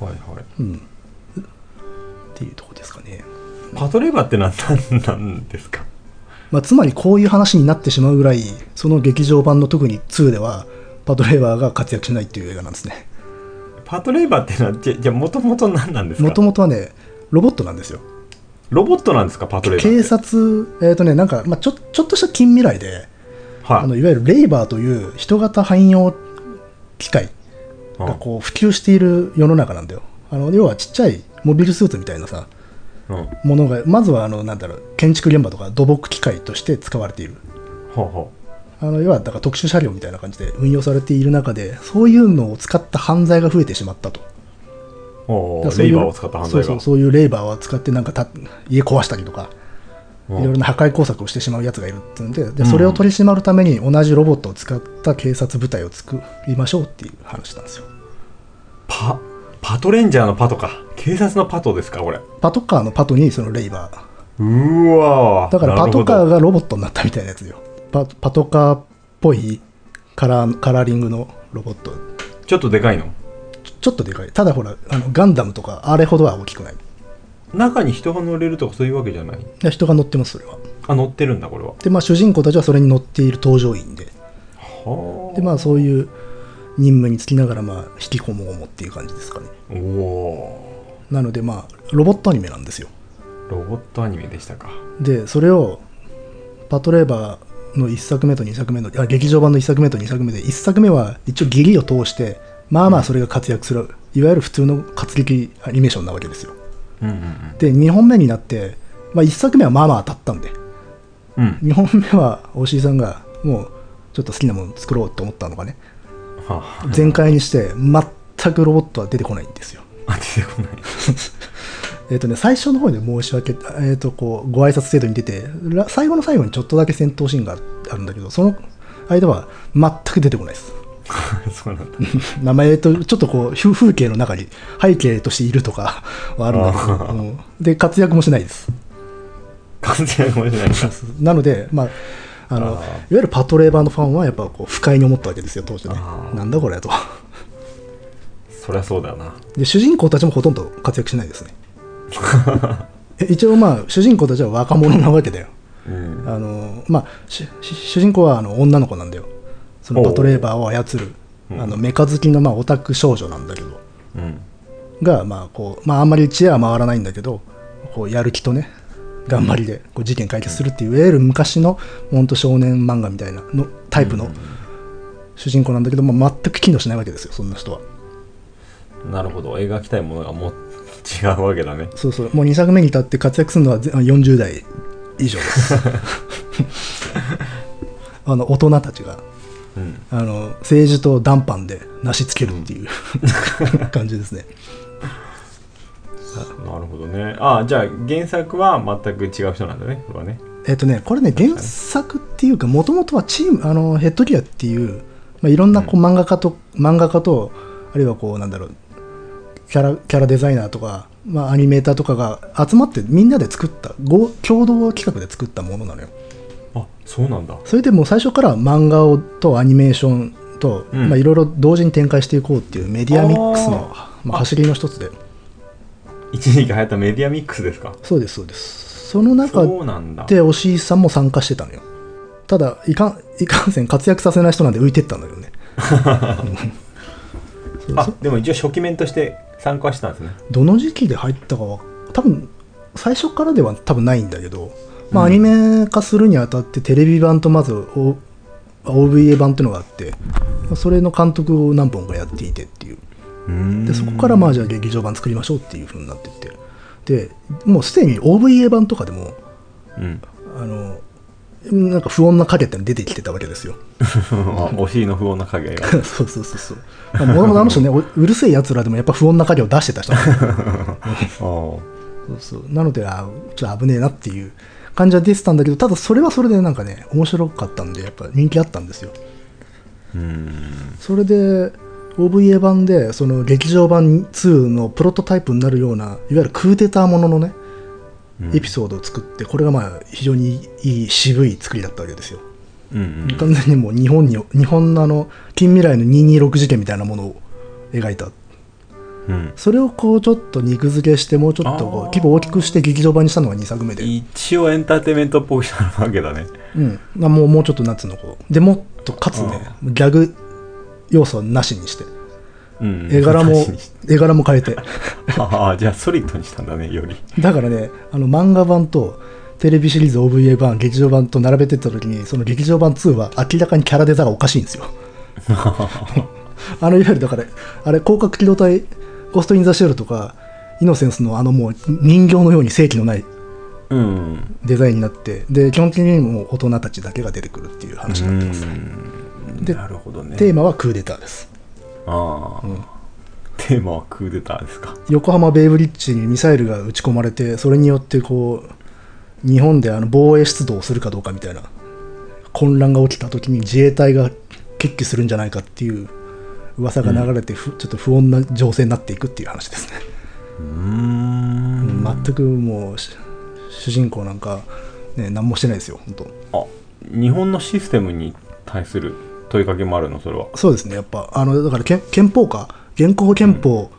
Speaker 1: はいはい
Speaker 2: っていうとこですかね、
Speaker 1: パトレーバーって何なんなんですか
Speaker 2: まあ、つまりこういう話になってしまうぐらいその劇場版の特に2ではパトレーバーが活躍しないっていう映画なんですね
Speaker 1: パトレーバーってのはじゃじゃあもともと何なんですか
Speaker 2: もともとはねロボットなんですよ
Speaker 1: ロボットなんですかパトレーバー
Speaker 2: 警
Speaker 1: って
Speaker 2: 察えっ、とねなんか、まあ、ちょちょっとした近未来で
Speaker 1: は
Speaker 2: あ
Speaker 1: い
Speaker 2: のいわゆるレイバーという人型汎用機械がこう普及している世の中なんだよ。あの要はちっちゃいモビルスーツみたいなさ
Speaker 1: うんうんは
Speaker 2: ものがまずはあのなんだろう建築現場とか土木機械として使われている
Speaker 1: あは
Speaker 2: あの要はだから特殊車両みたいな感じで運用されている中でそういうのを使った犯罪が増えてしまったと
Speaker 1: あおー
Speaker 2: だからそう
Speaker 1: レ
Speaker 2: い
Speaker 1: イ
Speaker 2: う
Speaker 1: バーを使った犯罪
Speaker 2: そう
Speaker 1: が
Speaker 2: そうそういうレイバーを使ってなんかた家壊したりとかい
Speaker 1: うん
Speaker 2: ろいろな破壊工作をしてしまうやつがいるっていうんででそれを取り締まるために同じロボットを使った警察部隊を作りましょうっていう話なんですよ
Speaker 1: パパトレンジャーのパとか警察のパトですかこれ
Speaker 2: パトカーのパトにそのレイバー
Speaker 1: うわー
Speaker 2: だから
Speaker 1: な
Speaker 2: パ
Speaker 1: るほ
Speaker 2: ト
Speaker 1: ど
Speaker 2: カーがロボットになったみたいなやつよパパトカーっぽいカラーカラーリングのロボット
Speaker 1: ちょっとでかいの
Speaker 2: ちょちょっとでかいただほらあのガンダムとかあれほどは大きくない
Speaker 1: 中に人が乗れるとかそういうわけじゃない
Speaker 2: で人が乗ってますそれは
Speaker 1: あ乗ってるんだこれは
Speaker 2: でまあ主人公たちはそれに乗っている搭乗員で
Speaker 1: は
Speaker 2: でまあそういう任務につきながらまあ引きこもごもっていう感じですかね
Speaker 1: あおお
Speaker 2: なのでまあロボットアニメなんですよ
Speaker 1: ーロボットアニメでしたか
Speaker 2: でそれをパトレーバーの1作目と2作目のあ劇場版の1作目と2作目で1作目は一応ギリを通してまあまあそれが活躍するいわゆる普通の活劇アニメーションなわけですよ
Speaker 1: うんうん
Speaker 2: で2本目になって、まあ、1作目はまあまあ当たったんで
Speaker 1: うんうん
Speaker 2: 2本目は大石井さんがもうちょっと好きなもの作ろうと思ったのがね
Speaker 1: は
Speaker 2: 全開にして全くロボットは出てこないんですよ
Speaker 1: あ出てこない
Speaker 2: えっとね、最初の方で申し訳、えっとこうご挨拶程度に出てら最後の最後にちょっとだけ戦闘シーンがあるんだけどその間は全く出てこないです
Speaker 1: そうなんだ
Speaker 2: 名前とちょっとこう風風景の中に背景としているとかはあるんだけど、うんで活躍もしないです
Speaker 1: 感じないかもしれないな
Speaker 2: なので、まあ、あの
Speaker 1: あー
Speaker 2: いわゆるパトレーバーのファンはやっぱこう不快に思ったわけですよ当時ね
Speaker 1: あー
Speaker 2: なんだこれと
Speaker 1: そりゃそうだよな
Speaker 2: で主人公たちもほとんど活躍しないで すねえ一応まあ主人公たちは若者なわけだよ
Speaker 1: うん
Speaker 2: あのまあ、しし主人公はあの女の子なんだよそのパトレーバーを操る
Speaker 1: おう
Speaker 2: あのメカ好きのまあオタク少女なんだけど
Speaker 1: うん
Speaker 2: が、まあこうまあ、あんまり知恵は回らないんだけどこうやる気とね頑張りでこう事件解決するっていういわゆる昔の本当少年漫画みたいなのタイプの主人公なんだけど、まあ、全く機能しないわけですよそんな人は
Speaker 1: なるほど描きたいものがもう違うわけだね
Speaker 2: そうそうもう2作目に至って活躍するのはぜあ40代以上です あの大人たちが
Speaker 1: うん
Speaker 2: あの政治と談判でなしつけるって いう、感じですね
Speaker 1: なるほどねあじゃあ原作は全く違う人なんだねこれはね
Speaker 2: えっとねこれね原作っていうかもともとはチームあのヘッドギアっていう、まあ、いろんなこう漫画家と、漫画家とあるいはこうなんだろうキャラキャラデザイナーとか、まあ、アニメーターとかが集まってみんなで作ったご共同企画で作ったものなのよ
Speaker 1: あそうなんだ
Speaker 2: それでもう最初から漫画をとアニメーションと、
Speaker 1: うん
Speaker 2: まあ、いろいろ同時に展開していこうっていうメディアミックスの
Speaker 1: あー
Speaker 2: まあ、走りの一つで
Speaker 1: 一時期流行ったメディアミックスですか
Speaker 2: そうですそうですその中
Speaker 1: そうなんだ
Speaker 2: で押井さんも参加してたのよただいかんいかんせん活躍させない人なんで浮いてったんだけどねうんそう
Speaker 1: あ
Speaker 2: そ
Speaker 1: でも一応初期面として参加したんですね
Speaker 2: どの時期で入ったかは多分最初からでは多分ないんだけど、まあ、
Speaker 1: う
Speaker 2: ア
Speaker 1: ん
Speaker 2: ニメ化するにあたってテレビ版とまず O- OVA 版っていうのがあってそれの監督を何本かやっていてっていうでそこからまあじゃあ劇場版作りましょうっていう風になってってでもうすでに OVA 版とかでも
Speaker 1: うん
Speaker 2: あのなんか不穏な影っての出てきてたわけですよ
Speaker 1: お尻の不穏な影が
Speaker 2: そうそうそうそうまあもともとあの人ねおうるせえやつらでもやっぱ不穏な影を出してた人なんですよそうそうなのであーちょっと危ねえなっていう感じは出てたんだけどただそれはそれでなんかね面白かったんでやっぱ人気あったんですよ
Speaker 1: うん
Speaker 2: それで OVA 版でその劇場版2のプロトタイプになるようないわゆるクーデターもののねエピソードを作ってこれがまあ非常にいい渋い作りだったわけですよ
Speaker 1: うんうん
Speaker 2: 完全にもう日本に日本のあの近未来の226事件みたいなものを描いた
Speaker 1: うん
Speaker 2: それをこうちょっと肉付けしてもうちょっとこ
Speaker 1: あ
Speaker 2: う
Speaker 1: ー
Speaker 2: 規模を大きくして劇場版にしたのが2作目で、
Speaker 1: 一応エンターテインメントっぽくなるわけだね
Speaker 2: うん、あもうもうちょっと夏の子でもっとかつねギャグ要素なしにして
Speaker 1: うん
Speaker 2: 絵柄も
Speaker 1: 確か
Speaker 2: 絵柄も変えて
Speaker 1: にああじゃあソリッドにしたんだねより
Speaker 2: だからねあの漫画版とテレビシリーズ OVA 版劇場版と並べてった時にその劇場版2は明らかにキャラデザがおかしいん ですよあのいわゆるだからあれ広角機動隊ゴースト・イン・ザ・シェルとかイノセンスのあのもう人形のように正気のない
Speaker 1: うん
Speaker 2: デザインになってで基本的にもう大人たちだけが出てくるっていう話になってます、で
Speaker 1: なるほどね
Speaker 2: テーマはクーデターです
Speaker 1: ああ、テーマはクーデターですか
Speaker 2: 横浜ベイブリッジにミサイルが撃ち込まれてそれによってこう日本であの防衛出動をするかどうかみたいな混乱が起きた時に自衛隊が決起するんじゃないかっていう噂が流れてふ、ちょっと不穏な情勢になっていくっていう話ですね
Speaker 1: うーん
Speaker 2: 全くもうし主人公なんか、ね、何もしてないですよ本当
Speaker 1: あ日本のシステムに対する問いかけもあるのそれは
Speaker 2: そうですねやっぱあのだから憲憲法下現行憲法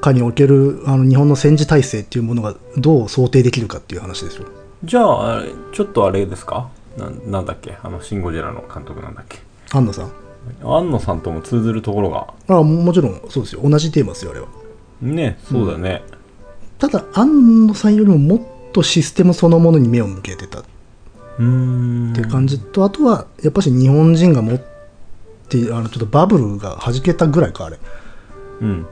Speaker 2: 下におけるあの日本の戦時体制っていうものがどう想定できるかっていう話ですよ
Speaker 1: じゃああれちょっとあれですかななんだっけあの「シン・ゴジラ」の監督なんだっけ
Speaker 2: 安野さん
Speaker 1: 庵野さんとも通ずるところが
Speaker 2: あももちろんそうですよ同じテーマですよあれは
Speaker 1: ねそうだね、
Speaker 2: ただ安野さんよりももっとシステムそのものに目を向けてた
Speaker 1: うーん
Speaker 2: っていう感じと、あとはやっぱし日本人が持ってあのちょっとバブルが弾けたぐらいかあれ
Speaker 1: うん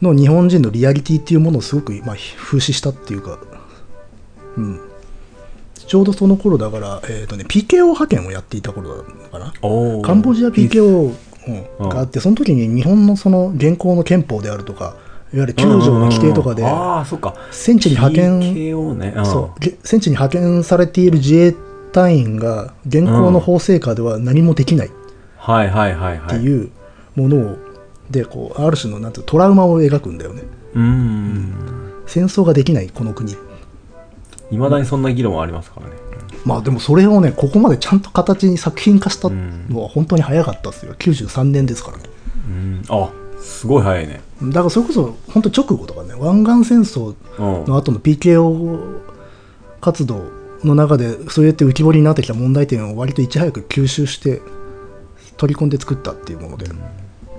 Speaker 2: の日本人のリアリティっていうものをすごく、まあ、風刺したっていうか、うん、ちょうどその頃だから、えーとね、PKO 派遣をやっていた頃だったかな
Speaker 1: おー
Speaker 2: カンボジア PKO うん
Speaker 1: うん
Speaker 2: があってその時に日本のその現行の憲法であるとかいわゆる9条の規定とかで
Speaker 1: うんうんうんああそっか
Speaker 2: 戦地に派遣
Speaker 1: PKO ねうん
Speaker 2: そうげ戦地に派遣されている自衛隊員が現行の法制下では何もできないっ
Speaker 1: はいはいはいは
Speaker 2: て
Speaker 1: い
Speaker 2: いうものをでこうある種のなんていうのトラウマを描くんだよね
Speaker 1: うーん
Speaker 2: 戦争ができないこの国
Speaker 1: いまだにそんな議論はありますからね
Speaker 2: まあでもそれをねここまでちゃんと形に作品化したのは本当に早かったですよ93年ですからね
Speaker 1: うんあすごい早いね
Speaker 2: だからそれこそ本当直後とかね湾岸戦争
Speaker 1: うん
Speaker 2: の後の PKO 活動の中でそうやって浮き彫りになってきた問題点を割といち早く吸収して取り込んで作ったっていうもので,、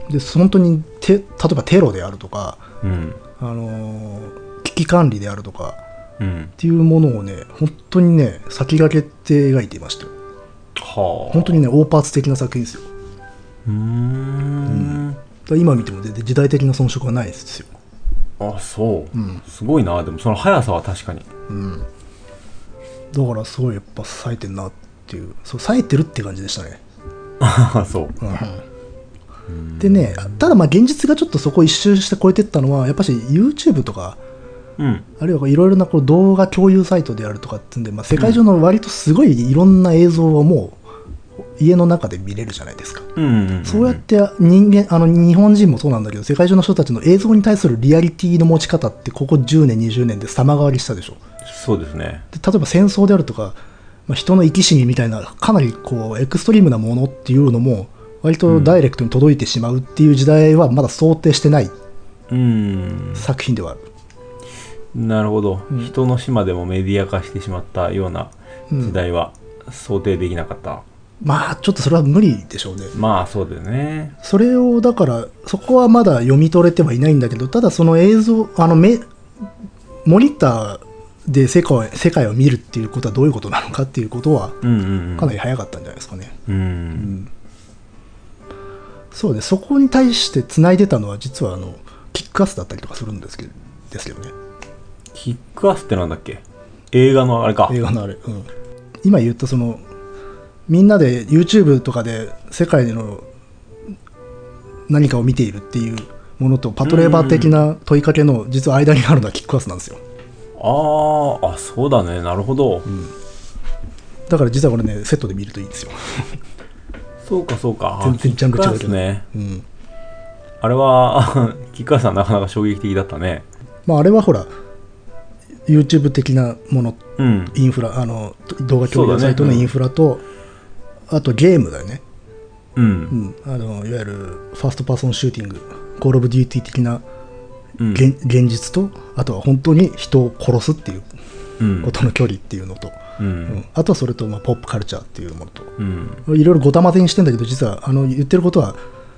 Speaker 2: で本当にて例えばテロであるとか、
Speaker 1: うん
Speaker 2: あのー危機管理であるとか
Speaker 1: うん
Speaker 2: っていうものをね本当にね先駆けて描いていましたよ
Speaker 1: はあ
Speaker 2: 本当にね大パーツ的な作品ですよ
Speaker 1: うーん
Speaker 2: だから今見ても全然時代的な遜色はないですよ
Speaker 1: あそう、すごいなでもその速さは確かに
Speaker 2: だからすごいやっぱ冴えてんなっていうそう冴えてるって感じでしたね
Speaker 1: ああ そう
Speaker 2: でねただまあ現実がちょっとそこを一周して超えてったのはやっぱし YouTube とか
Speaker 1: うん
Speaker 2: あるいはいろいろなこう動画共有サイトであるとかってんで、まあ、世界中の割とすごいいろんな映像をもう家の中で見れるじゃないですか、
Speaker 1: うんうん
Speaker 2: そうやって人間あの日本人もそうなんだけど世界中の人たちの映像に対するリアリティの持ち方ってここ10年20年で様変わりしたでしょ
Speaker 1: そうですね
Speaker 2: で例えば戦争であるとか、まあ、人の生き死にみたいなかなりこうエクストリームなものっていうのも割とダイレクトに届いてしまうっていう時代はまだ想定してない
Speaker 1: うん
Speaker 2: 作品ではある、
Speaker 1: なるほど、人の島でもメディア化してしまったような時代は想定できなかった、
Speaker 2: まあちょっとそれは無理でしょうね
Speaker 1: まあそうだよね
Speaker 2: それをだからそこはまだ読み取れてはいないんだけどただその映像あの目モニターで世界世界を見るっていうことはどういうことなのかっていうことは
Speaker 1: うんうん
Speaker 2: かなり早かったんじゃないですかね、
Speaker 1: うんうん
Speaker 2: そうでそこに対して繋いでたのは実はあのキックアスだったりとかするんですけどですけどね
Speaker 1: キックアスってなんだっけ映画のあれか
Speaker 2: 映画のあれ、うん、今言ったそのみんなで YouTube とかで世界の何かを見ているっていうものとパトレーバー的な問いかけの実は間にあるのはキックアスなんですよ
Speaker 1: あーあそうだねなるほど、
Speaker 2: だから実はこれねセットで見るといいんですよ、
Speaker 1: そうかそうか
Speaker 2: 全然ジャンル違うけ
Speaker 1: キック
Speaker 2: ど
Speaker 1: アスね
Speaker 2: うん
Speaker 1: あれは キックアスはなかなか衝撃的だったね
Speaker 2: まあ、あれはほら YouTube 的なもの
Speaker 1: うん
Speaker 2: インフラあの動画共有サイト
Speaker 1: そうだ
Speaker 2: の
Speaker 1: ねうん
Speaker 2: インフラと、あとゲームだよね
Speaker 1: うん
Speaker 2: あのいわゆるファーストパーソンシューティングコール・オブ・デューティー的な
Speaker 1: うん
Speaker 2: 現,、現実とあとは本当に人を殺すっていう
Speaker 1: うん
Speaker 2: ことの距離っていうのと、
Speaker 1: う
Speaker 2: うんんあとはそれと、まあ、ポップカルチャーっていうものと
Speaker 1: うん
Speaker 2: いろいろごたまぜにしてんだけど実はあの言ってることは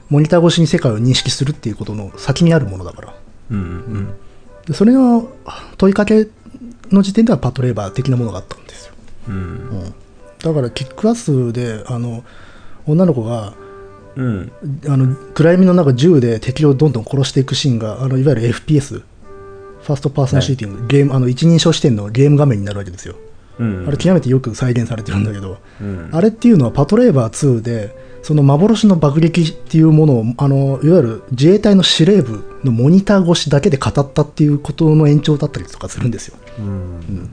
Speaker 2: モニター越しに世界を認識するっていうことの先にあるものだから
Speaker 1: うんうん
Speaker 2: でそれの問いかけの時点ではパトレーバー的なものがあったんですよ
Speaker 1: うん
Speaker 2: だからキックアスであの女の子が
Speaker 1: うん
Speaker 2: あの暗闇の中銃で敵をどんどん殺していくシーンがあのいわゆる FPS ファーストパーソンシューティング、ゲームあの一人称視点のゲーム画面になるわけですよ、
Speaker 1: うん
Speaker 2: あれ極めてよく再現されてるんだけど、
Speaker 1: うん
Speaker 2: あれっていうのはパトレーバー2でその幻の爆撃っていうものをあのいわゆる自衛隊の司令部のモニター越しだけで語ったっていうことの延長だったりとかするんですよ
Speaker 1: うん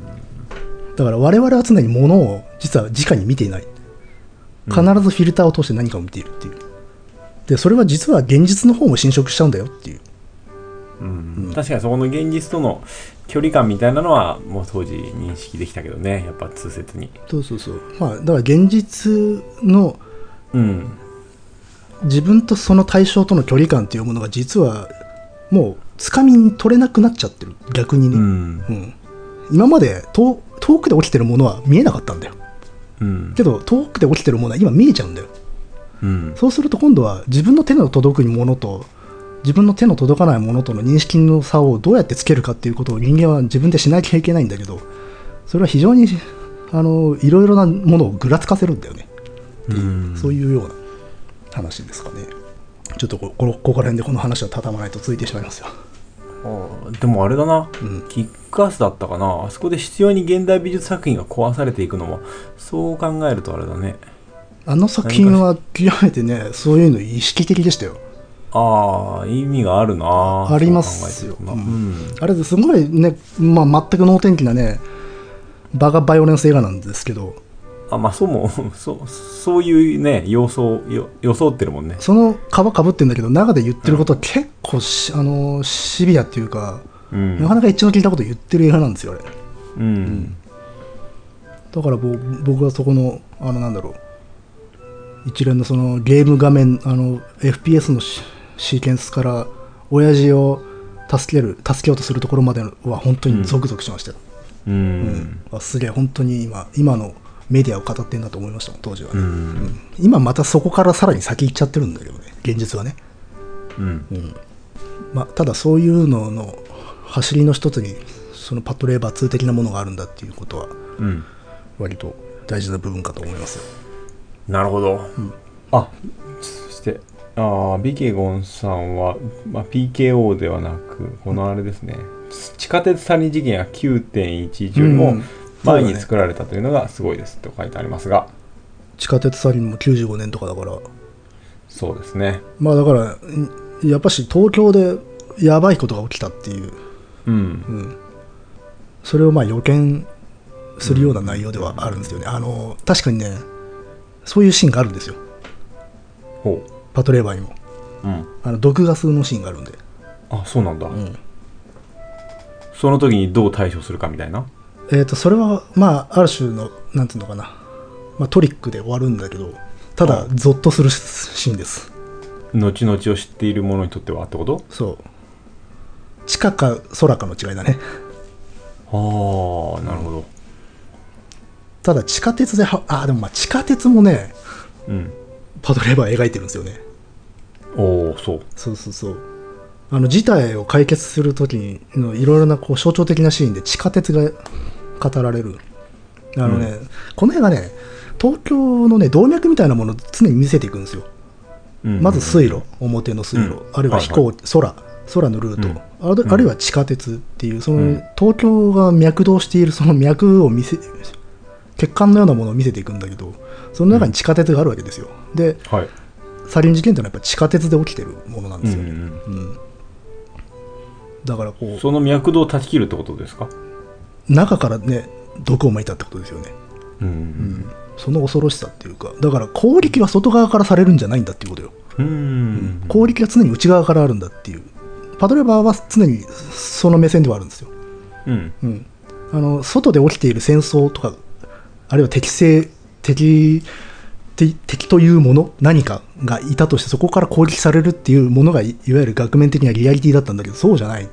Speaker 2: だから我々は常に物を実は直に見ていない必ずフィルターを通して何かを見ているっていうでそれは実は現実の方も侵食しちゃうんだよっていう
Speaker 1: ううん
Speaker 2: うん
Speaker 1: 確かにそこの現実との距離感みたいなのはもう当時認識できたけどねやっぱ通説に
Speaker 2: そうそうそうまあだから現実の
Speaker 1: うん
Speaker 2: 自分とその対象との距離感っていうものが実はもうつかみ取れなくなっちゃってる逆に
Speaker 1: う
Speaker 2: ね、
Speaker 1: ん
Speaker 2: うん今まで遠遠くで起きてるものは見えなかったんだよ
Speaker 1: うん
Speaker 2: けど遠くで起きてるものは今見えちゃうんだよ
Speaker 1: うん
Speaker 2: そうすると今度は自分の手の届くものと自分の手の届かないものとの認識の差をどうやってつけるかっていうことを人間は自分でしなきゃいけないんだけどそれは非常にあのいろいろなものをぐらつかせるんだよね、
Speaker 1: うん
Speaker 2: そういうような話ですかねちょっとここここら辺でこの話は畳まないとついてしまいますよ
Speaker 1: あーでもあれだな、
Speaker 2: うん
Speaker 1: キックアスだったかなあそこで必要に現代美術作品が壊されていくのもそう考えるとあれだね
Speaker 2: あの作品は極めてねそういうの意識的でしたよ
Speaker 1: ああ意味があるな
Speaker 2: ありますよ
Speaker 1: そう考えてると
Speaker 2: う
Speaker 1: なうん
Speaker 2: あれですごいね、まあ、全く能天気なねバカバイオレンス映画なんですけど
Speaker 1: あまあそうも そうそういうね様相をよ装ってるもんね
Speaker 2: その皮かぶってんだけど中で言ってることは結構し、あのーシビアっていう
Speaker 1: う
Speaker 2: か、
Speaker 1: ん
Speaker 2: なかなか一致の聞いたこと言ってる映画なんですよあれ
Speaker 1: うん
Speaker 2: だからぼ僕はそこのあのなんだろう一連のそのゲーム画面あの FPS のシシーケンスから親父を助ける助けようとするところまでは本当にゾクゾクしましたよ、
Speaker 1: うん、
Speaker 2: あすげえ本当に今今のメディアを語ってんだと思いましたもん当時は
Speaker 1: う
Speaker 2: ね、
Speaker 1: ん
Speaker 2: うん今またそこからさらに先行っちゃってるんだけどね現実はね
Speaker 1: うん
Speaker 2: まあ、ただそういうのの走りの一つにそのパトレーバー2的なものがあるんだっていうことは
Speaker 1: うん
Speaker 2: 割と大事な部分かと思いますよ
Speaker 1: なるほど、あそしてあー BK ゴンさんは、まあ、PKO ではなくこのあれですね、地下鉄サリン事件や9.11より
Speaker 2: う
Speaker 1: も
Speaker 2: ん
Speaker 1: 前
Speaker 2: そうだ
Speaker 1: に
Speaker 2: ね
Speaker 1: 作られたというのがすごいですと書いてありますが
Speaker 2: 地下鉄サリンも95年とかだから
Speaker 1: そうですね
Speaker 2: まあだからんやっぱし東京でやばいことが起きたっていう、
Speaker 1: うん
Speaker 2: うん、それをまあ予見するような内容ではあるんですよね、あの確かにねそういうシーンがあるんですよ
Speaker 1: ほ
Speaker 2: パトレーバーにも
Speaker 1: ううん
Speaker 2: あの毒ガスのシーンがあるんで、
Speaker 1: あそうなんだ、
Speaker 2: ん
Speaker 1: その時にどう対処するかみたいな
Speaker 2: えー、とそれはまあある種のなんていうのかな、まあ、トリックで終わるんだけどただゾッとするシーンです
Speaker 1: 後々を知っている者にとってはってこと
Speaker 2: そう地下か空かの違いだね
Speaker 1: ああなるほど
Speaker 2: ただ地下鉄ではあーでもまあ地下鉄もね
Speaker 1: うん
Speaker 2: パトレーバー描いてるんですよね
Speaker 1: おおそう
Speaker 2: そうそうそうあの事態を解決する時にのいろいろなこう象徴的なシーンで地下鉄が語られるあのね、この映画ね東京のね動脈みたいなものを常に見せていくんですよ
Speaker 1: うん
Speaker 2: まず水路、表の水路、
Speaker 1: うん
Speaker 2: あるいは飛行、
Speaker 1: は
Speaker 2: 空、空のルート、ある
Speaker 1: ん
Speaker 2: あるいは地下鉄っていう、その
Speaker 1: うん
Speaker 2: 東京が脈動しているその脈を見せ、血管のようなものを見せていくんだけど、その中に地下鉄があるわけですよ。で、
Speaker 1: はい
Speaker 2: サリン事件ってのはやっぱ地下鉄で起きてるものなんですよね。
Speaker 1: うんうん
Speaker 2: うんだからこ
Speaker 1: その脈動を断ち切るってことですか
Speaker 2: う、中からね、毒を撒いたってことですよね。
Speaker 1: う
Speaker 2: うんんその恐ろしさっていうか、だから攻撃は外側からされるんじゃないんだっていうことよ。
Speaker 1: うん
Speaker 2: 攻撃が常に内側からあるんだっていうパトレーバーは常にその目線ではあるんですよ、
Speaker 1: うん
Speaker 2: うん、あの外で起きている戦争とかあるいは敵性敵敵敵というもの何かがいたとしてそこから攻撃されるっていうものがいいわゆる額面的なリアリティだったんだけどそうじゃない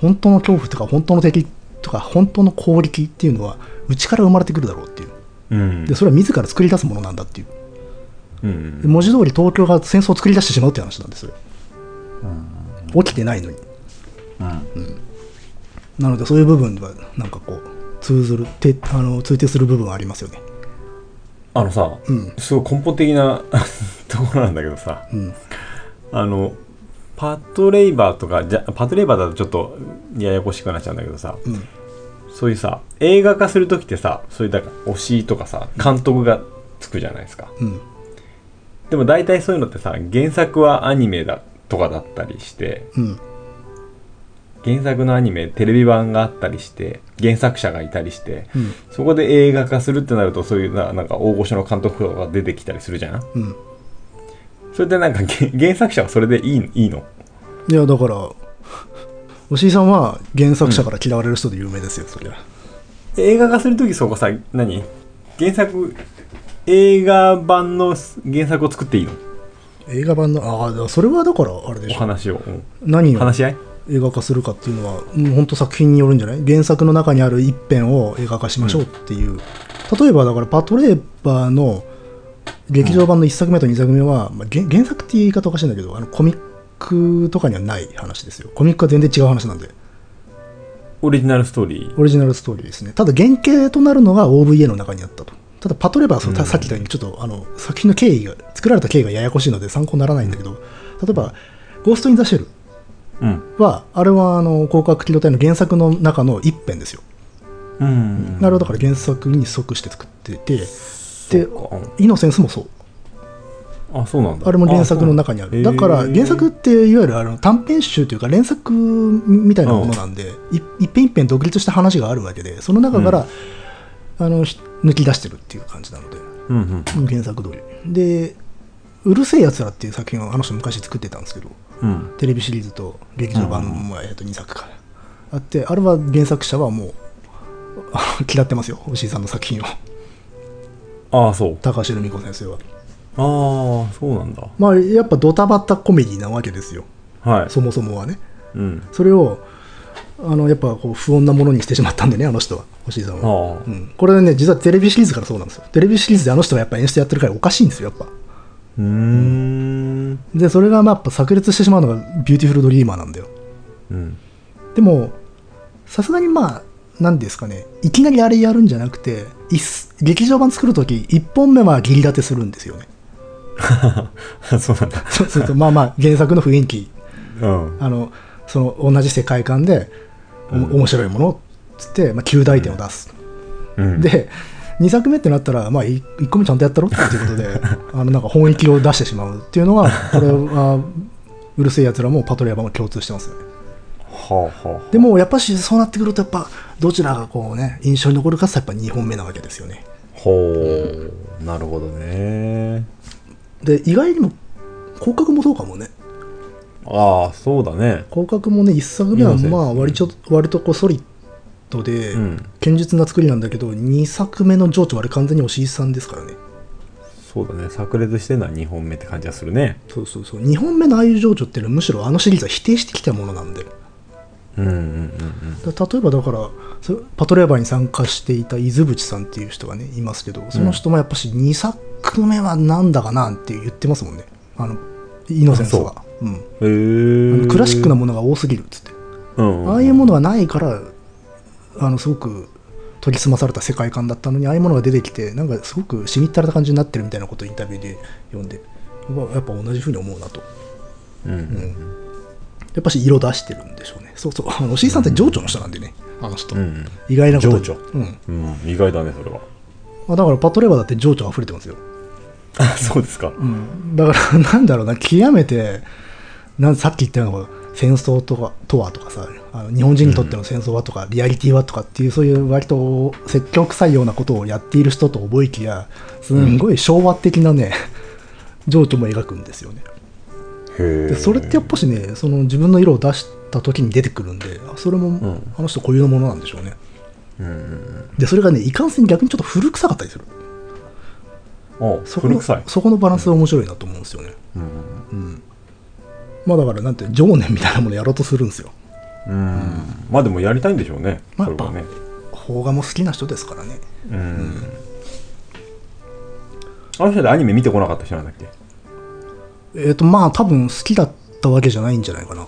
Speaker 2: 本当の恐怖とか本当の敵とか本当の攻撃っていうのは内から生まれてくるだろうっていう
Speaker 1: うん
Speaker 2: でそれは自ら作り出すものなんだっていう
Speaker 1: うん
Speaker 2: で文字通り東京が戦争を作り出してしまうっていう話なんですよ起きてないのに
Speaker 1: うん
Speaker 2: なのでそういう部分ではなんかこう通ずるてあの通底する部分はありますよね。
Speaker 1: あのさ
Speaker 2: うん
Speaker 1: すごい根本的な ところなんだけどさ
Speaker 2: うん
Speaker 1: あのパトレイバーとかじゃパトレイバーだとちょっとややこしくなっちゃうんだけどさ
Speaker 2: うん
Speaker 1: そういうさ映画化する時ってさそういうだから推しとかさ監督がつくじゃないですか
Speaker 2: うん
Speaker 1: でも大体そういうのってさ原作はアニメだとかだったりして
Speaker 2: うん
Speaker 1: 原作のアニメテレビ版があったりして原作者がいたりして、
Speaker 2: うん
Speaker 1: そこで映画化するってなるとそういうななんか大御所の監督とかが出てきたりするじゃん
Speaker 2: うん。
Speaker 1: それでなんかげ原作者はそれでいいいいの
Speaker 2: いやだから押井さんは原作者から嫌われる人で有名ですよ、そりゃ
Speaker 1: 映画化するときそうかさ何原作映画版の原作を作っていいの
Speaker 2: 映画版のああだからそれはだからあれで
Speaker 1: お
Speaker 2: しょ
Speaker 1: 話を、うん
Speaker 2: 何を
Speaker 1: 話し合い
Speaker 2: 映画化するかっていうのは本当作品によるんじゃない原作の中にある一編を映画化しましょうっていう、例えばだからパトレーバーの劇場版の1作目と2作目は、まあ、原原作っていう言い方おかしいんだけどあのコミックとかにはない話ですよコミックは全然違う話なんで
Speaker 1: オリジナルストーリー
Speaker 2: オリジナルストーリーですねただ原型となるのが OVA の中にあったとただパトレーバーはそれ、
Speaker 1: うん
Speaker 2: さっき言ったようにちょっとあの作品の経緯が作られた経緯がややこしいので参考にならないんだけど、例えば「ゴースト・イン・ザ・シェル」
Speaker 1: うん
Speaker 2: はあれはあの広角機動隊の原作の中の一編ですよ、
Speaker 1: うん
Speaker 2: なるほどだから原作に即して作っててで
Speaker 1: そうかうん
Speaker 2: イノセンスもそう
Speaker 1: あそうなんだ
Speaker 2: あれも原作の中にあ
Speaker 1: へー
Speaker 2: るだから原作っていわゆるあの短編集というか連作みたいなものなんで、い一編一編独立した話があるわけでその中から、あのひ抜き出してるっていう感じなので
Speaker 1: うんうん
Speaker 2: 原作通りで「うるせえやつら」っていう作品をあの人昔作ってたんですけど
Speaker 1: うん
Speaker 2: テレビシリーズと劇場版も、えっと2作かあってあれは原作者はもう あの嫌ってますよ星井さんの作品を
Speaker 1: ああそう
Speaker 2: 高橋留美子先生は
Speaker 1: ああそうなんだ
Speaker 2: まあやっぱドタバタコメディなわけですよ
Speaker 1: はい
Speaker 2: そもそもはね
Speaker 1: うん
Speaker 2: それをあのやっぱこう不穏なものにしてしまったんでねあの人は星井さん
Speaker 1: あ
Speaker 2: は、
Speaker 1: あ
Speaker 2: うん、これね実はテレビシリーズからそうなんですよテレビシリーズであの人はやっぱ演出やってるからおかしいんですよやっぱ
Speaker 1: うーん
Speaker 2: でそれがまあやっぱ炸裂してしまうのがビューティフルドリーマーなんだよ
Speaker 1: うん
Speaker 2: でもさすがにまあ何ですかねいきなりあれやるんじゃなくていっす劇場版作るとき1本目はギリ立てするんですよね
Speaker 1: そうなんだ
Speaker 2: そうするとまあまあ原作の雰囲気
Speaker 1: うん
Speaker 2: あのその同じ世界観で、おも面白いものっつって、まあ、旧大点を出す、
Speaker 1: うん
Speaker 2: で2作目ってなったら、まあ、1個目ちゃんとやったろっていうことで あのなんか本域を出してしまうっていうのがこれは うるせえやつらもパトレーバーも共通してますよね
Speaker 1: はあは
Speaker 2: でもやっぱしそうなってくるとやっぱどちらがこうね印象に残るかってやっぱ2本目なわけですよね
Speaker 1: あほうなるほどね
Speaker 2: で意外にも広角もそうかもね
Speaker 1: ああそうだね
Speaker 2: 広角もね1作目
Speaker 1: い
Speaker 2: はい
Speaker 1: ですね
Speaker 2: まあ割と割とこうソリッドで
Speaker 1: うん
Speaker 2: 堅実な作りなんだけど2作目の情緒はあれ完全に押井さんですからね
Speaker 1: そうだね炸裂してるのは2本目って感じがするね
Speaker 2: そうそうそう2本目のああいう情緒っていうのはむしろあのシリーズは否定してきたものなんで
Speaker 1: うんうんうん
Speaker 2: だ例えばだからそパトレーバーに参加していた伊豆淵さんっていう人がねいますけどその人もやっぱし2作目はなんだかなって言ってますもんねあのイノセンスはうん
Speaker 1: うんへえ
Speaker 2: クラシックなものが多すぎるっつって
Speaker 1: うん
Speaker 2: ああいうものはないからあのすごく研ぎ澄まされた世界観だったのにああいうものが出てきてなんかすごくしみったれた感じになってるみたいなことをインタビューで読んでうわやっぱ同じふうに思うなと
Speaker 1: うんうん
Speaker 2: やっぱし色出してるんでしょうねそうそうあの押井さんって情緒の人なんでねあの人、
Speaker 1: うん
Speaker 2: 意外なこと
Speaker 1: 情緒
Speaker 2: うん
Speaker 1: うん、意外だねそれは
Speaker 2: あだからパトレーバーだって情緒溢れてますよ、
Speaker 1: あそうですか
Speaker 2: だから なんだろうな極めてなんさっき言ったようなこと戦争とかとはとかさあの日本人にとっての戦争はとか、リアリティはとかっていうそういう割と説教臭いようなことをやっている人と思いきやすんごい昭和的なね、 情緒も描くんですよね
Speaker 1: へえ
Speaker 2: でそれってやっぱしねその自分の色を出した時に出てくるんでそれも、
Speaker 1: ん
Speaker 2: あの人固有のものなんでしょうね
Speaker 1: うん
Speaker 2: でそれがねいかんせん逆にちょっと古臭かったりする
Speaker 1: あ
Speaker 2: そこ
Speaker 1: 古
Speaker 2: の
Speaker 1: 臭い
Speaker 2: そこのバランスが面白いなと思うんですよね、
Speaker 1: うん
Speaker 2: まあだからなんて情念みたいなものやろうとするんですよ
Speaker 1: うんまあでもやりたいんでしょうね
Speaker 2: ま
Speaker 1: そ
Speaker 2: あ
Speaker 1: れはね
Speaker 2: 邦画も好きな人ですからね
Speaker 1: うんあの人でアニメ見てこなかった人なんだっけ
Speaker 2: えっ、とまあ多分好きだったわけじゃないんじゃないかな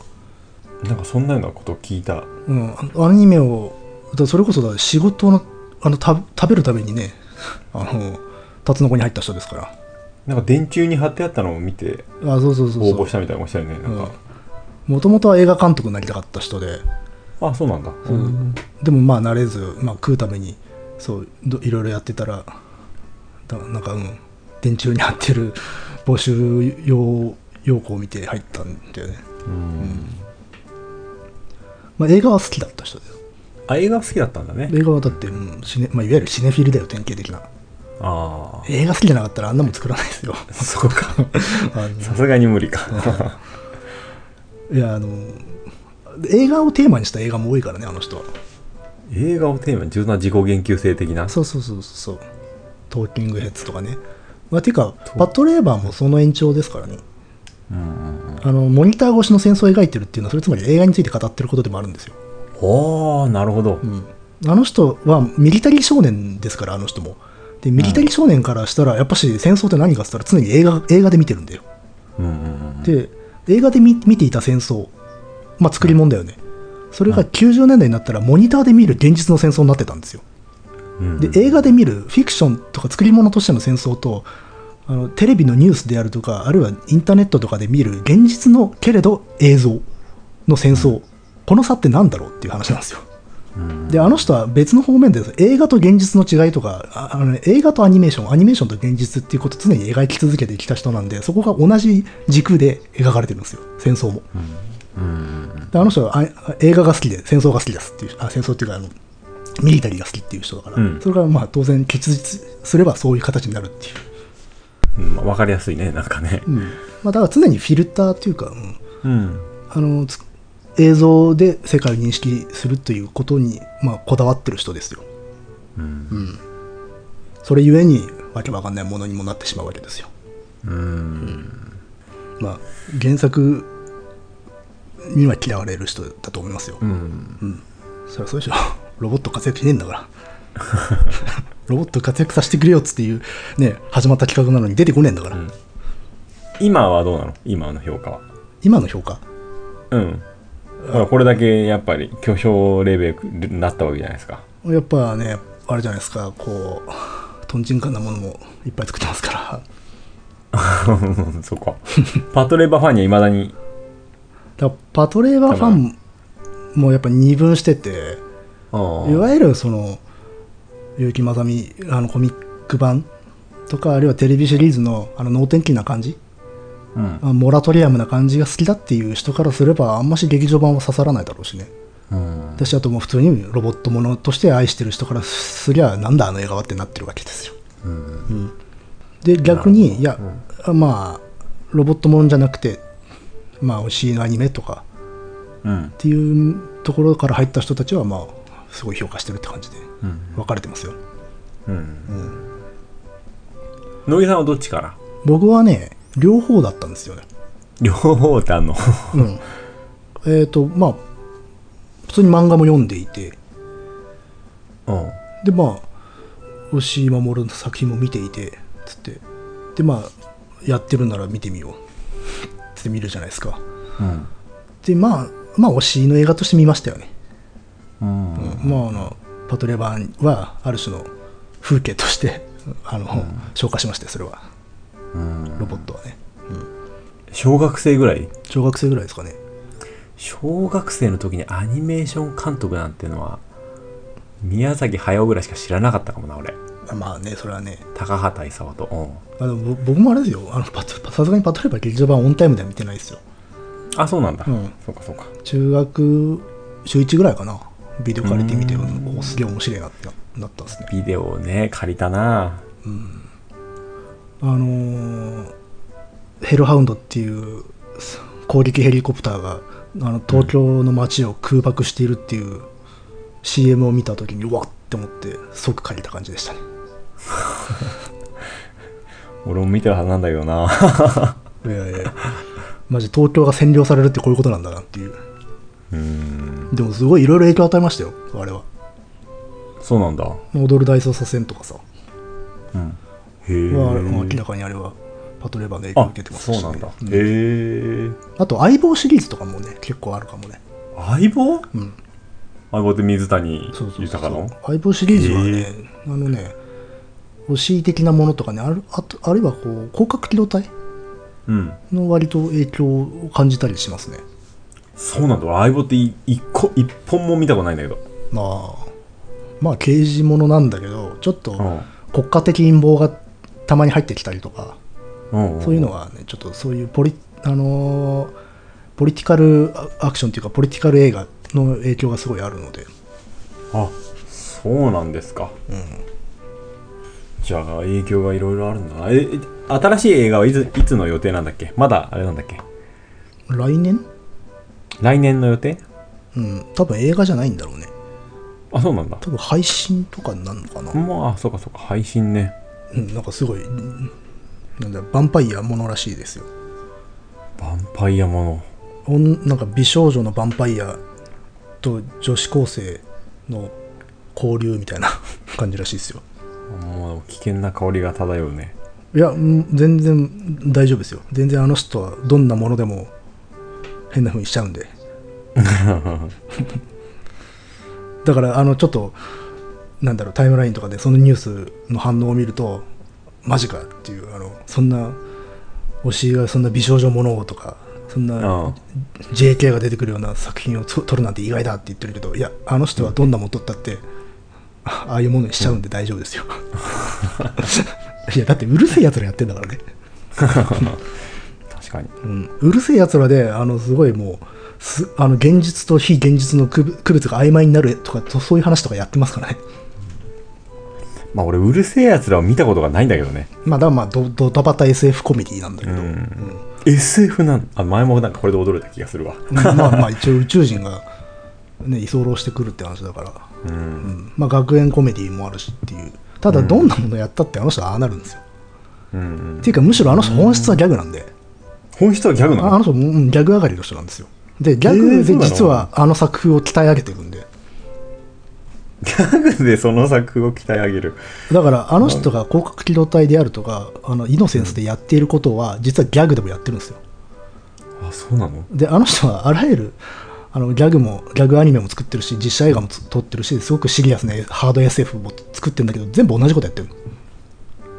Speaker 1: なんかそんなようなこと聞いた
Speaker 2: うんあアニメをだそれこそだ仕事のあのた食べるためにねあのタツノコに入った人ですか
Speaker 1: なんか電柱に貼ってあったのを見て
Speaker 2: らあそうそうそう
Speaker 1: 応募
Speaker 2: そ
Speaker 1: したみたいなことしたよねなんか
Speaker 2: うもともとは映画監督になりたかった人で
Speaker 1: あそうなんだうん
Speaker 2: でもまあ慣れず、まあ、食うためにそうどいろいろやってたらだなんかうん電柱に貼ってる募集用要項を見て入ったんだよね、
Speaker 1: うん
Speaker 2: まあ、映画は好きだった人だよ
Speaker 1: あ映画好きだったんだね
Speaker 2: 映画はだって、うんシネまあ、いわゆるシネフィルだよ典型的な
Speaker 1: ああ
Speaker 2: 映画好きじゃなかったらあんなもん作らないですよ
Speaker 1: そうか
Speaker 2: あの
Speaker 1: さすがに無理か
Speaker 2: いやあの映画をテーマにした映画も多いからねあの人は
Speaker 1: 映画をテーマに柔軟な自己言及性的な
Speaker 2: そうそうそうそうトーキングヘッズとかねまあ、ていうかパットレーバーもその延長ですからね
Speaker 1: うんうんうん
Speaker 2: あのモニター越しの戦争を描いてるっていうのはそれつまり映画について語ってることでもあるんですよ、
Speaker 1: おーなるほど、
Speaker 2: うん、あの人はミリタリー少年ですからあの人もでミリタリー少年からしたらやっぱし戦争って何かっつったら常に映画映画で見てるんだよ
Speaker 1: うんうんうん
Speaker 2: で映画で見見ていた戦争まあ作り物だよねそれが90年代になったらモニターで見る現実の戦争になってたんですよ
Speaker 1: うん
Speaker 2: で映画で見るフィクションとか作り物としての戦争とあのテレビのニュースであるとかあるいはインターネットとかで見る現実のけれど映像の戦争この差って何だろうっていう話なんですよ
Speaker 1: うん
Speaker 2: であの人は別の方面で映画と現実の違いとかああの映画とアニメーションアニメーションと現実っていうことを常に描き続けてきた人なんでそこが同じ軸で描かれてるんですよ戦争も
Speaker 1: うん
Speaker 2: であの人はあ映画が好きで戦争が好きですっていうあ戦争っていうかあのミリタリーが好きっていう人だから、
Speaker 1: うん
Speaker 2: それがまあ当然結実すればそういう形になるっていう、
Speaker 1: うんまあわかりやすいねなんかね
Speaker 2: まあ、だから常にフィルターっていうか、うん
Speaker 1: うん
Speaker 2: あのつ映像で世界を認識するということに、まあ、こだわってる人ですよ
Speaker 1: うん
Speaker 2: それゆえにわけわかんないものにもなってしまうわけですよ
Speaker 1: うん
Speaker 2: まあ原作には嫌われる人だと思いますよ、
Speaker 1: うん
Speaker 2: そりゃそうでしょ ロボット活躍しねえんだから ロボット活躍させてくれよっつっていうね始まった企画なのに出てこねえんだから、
Speaker 1: ん今はどうなの今の評価は
Speaker 2: 今の評価
Speaker 1: うんほらこれだけやっぱり巨匠レベルになったわけじゃないですか
Speaker 2: やっぱねあれじゃないですかこうとんちんかんなものもいっぱい作ってますからだか
Speaker 1: うんそっかパトレバファンにはいまだに
Speaker 2: らパトレーバーファンもやっぱ二分してていわゆるその結城まさみあのコミック版とかあるいはテレビシリーズのあの能天気な感じ
Speaker 1: うん
Speaker 2: あモラトリアムな感じが好きだっていう人からすればあんまし劇場版は刺さらないだろうしね
Speaker 1: うん
Speaker 2: 私あともう普通にロボットものとして愛してる人からすりゃなんだあの映画はってなってるわけですよ、
Speaker 1: うん
Speaker 2: うんで逆にいや、まあロボットものじゃなくてまあ推しのアニメとか
Speaker 1: うん
Speaker 2: っていうところから入った人たちはまあすごい評価してるって感じで
Speaker 1: うん
Speaker 2: 分かれてますよ、
Speaker 1: うん乃木さんはどっちから
Speaker 2: 僕はね両方だったんですよね
Speaker 1: 両方だの
Speaker 2: うんえっ、とまあ普通に漫画も読んでいて
Speaker 1: うん
Speaker 2: でまあ押井守の作品も見ていてつってでまあやってるなら見てみようつって見るじゃないですか
Speaker 1: うん
Speaker 2: でまあまあ押井の映画として見ましたよね、
Speaker 1: うん
Speaker 2: まああのパトレバンはある種の風景としてあの、消化しましたよそれは
Speaker 1: うん
Speaker 2: ロボットはね
Speaker 1: 小学生ぐらい
Speaker 2: 小学生ぐらいですかね
Speaker 1: 小学生の時にアニメーション監督なんていうのは宮崎駿ぐらいしか知らなかったかもな俺
Speaker 2: まあねそれはね
Speaker 1: 高畑勲と、う
Speaker 2: あのぼ僕もあれですよあのパトさすがにパトレバン劇場版オンタイムでは見てないですよ
Speaker 1: ん、あそうなんだ、
Speaker 2: うん
Speaker 1: そうかそうか
Speaker 2: 中学週1ぐらいかなビデオ借りてみておすげえ面白いなってなったんですね
Speaker 1: ビデオをね借りたな
Speaker 2: あのーヘルハウンドっていうす攻撃ヘリコプターがあの東京の街を空爆しているっていう CM を見た時にうわっって思って即借りた感じでしたね
Speaker 1: 俺も見てるはずなんだけど な
Speaker 2: いやいや いやマジ東京が占領されるってこういうことなんだなっていう
Speaker 1: うん
Speaker 2: でもすごいいろいろ影響を与えましたよあれは
Speaker 1: そうなんだ、
Speaker 2: 踊る大捜査線とかさ、
Speaker 1: うん、
Speaker 2: まあ
Speaker 1: へえ、
Speaker 2: 明らかにあれはパトレーバーの影響を
Speaker 1: あ
Speaker 2: 受けてます
Speaker 1: そうなんだ、
Speaker 2: うん
Speaker 1: へえ
Speaker 2: あと相棒シリーズとかもね結構あるかもね
Speaker 1: 相棒
Speaker 2: うん
Speaker 1: 相棒って水谷
Speaker 2: そうそうそう
Speaker 1: 豊の
Speaker 2: 相棒シリーズはねあのね推し的なものとかねあるあとあるいはこう広角機動隊
Speaker 1: うん
Speaker 2: の割と影響を感じたりしますね
Speaker 1: そうなんだ俺相棒ってい一個一本も見たことないんだけど
Speaker 2: まあまあ刑事ものなんだけどちょっ
Speaker 1: うん
Speaker 2: と国家的陰謀がたまに入ってきたりとか
Speaker 1: うんん
Speaker 2: そういうのはねちょっとそういうポリあのーポリティカルアクションというかポリティカル映画の影響がすごいあるので
Speaker 1: あそうなんですか、じゃあ影響がいろいろあるんだなええ新しい映画はいついつの予定なんだっけまだあれなんだっけ
Speaker 2: 来年
Speaker 1: 来年の予定
Speaker 2: うん、多分映画じゃないんだろうね
Speaker 1: あそうなんだ
Speaker 2: 多分配信とかになるのかな、
Speaker 1: まあそうかそうか配信ね
Speaker 2: うん、なんかすごいうんなんだヴァンパイアものらしいですよ
Speaker 1: ヴァンパイアも
Speaker 2: おんなんか美少女のヴァンパイアと女子高生の交流みたいな 感じらしいですよ
Speaker 1: のもう危険な香りが漂うね
Speaker 2: いやうん全然大丈夫ですよ全然あの人はどんなものでも変な風にしちゃうんでだからあのちょっとなんだろうタイムラインとかでそのニュースの反応を見るとマジかっていうあのそんな推しがそんな美少女ものをとかそんな
Speaker 1: あ
Speaker 2: JK が出てくるような作品をと撮るなんて意外だって言ってるけどいやあの人はどんなもん撮ったってあああいうものにしちゃうんで大丈夫ですよいやだってうるせえやつらやってんだからね、
Speaker 1: 確かに
Speaker 2: うん、うるせえやつらであのすごいもうすあの現実と非現実の区区別が曖昧になるとかとそういう話とかやってますからね
Speaker 1: まあ俺うるせえやつらを見たことがないんだけどね
Speaker 2: まあだからまあドドタバタ SF コメディなんだけど、
Speaker 1: SF なんあ前もなんかこれで驚いた気がするわ
Speaker 2: まあまあ一応宇宙人が、ね、居候してくるって話だから、
Speaker 1: うん
Speaker 2: うんまあ、学園コメディもあるしっていうただどんなものやったってあの人はああなるんですよ、
Speaker 1: うんうん
Speaker 2: っていうかむしろあの人本質はギャグなんで、
Speaker 1: 本質はギャグな
Speaker 2: ああ
Speaker 1: の
Speaker 2: の人もうんギャグ上がりの人なんですよでギャ
Speaker 1: え
Speaker 2: グ
Speaker 1: ーそう
Speaker 2: で
Speaker 1: なの
Speaker 2: 実はあの作風を鍛え上げていくんで
Speaker 1: ギャグでその作を鍛え上げる
Speaker 2: だからあの人が広角機動隊であるとかあのイノセンスでやっていることは実はギャグでもやってるんですよ
Speaker 1: あそうなの
Speaker 2: であの人はあらゆるあのギャグもギャグアニメも作ってるし実写映画もつ撮ってるしすごくシリアスなハード SF も作ってるんだけど全部同じことやってる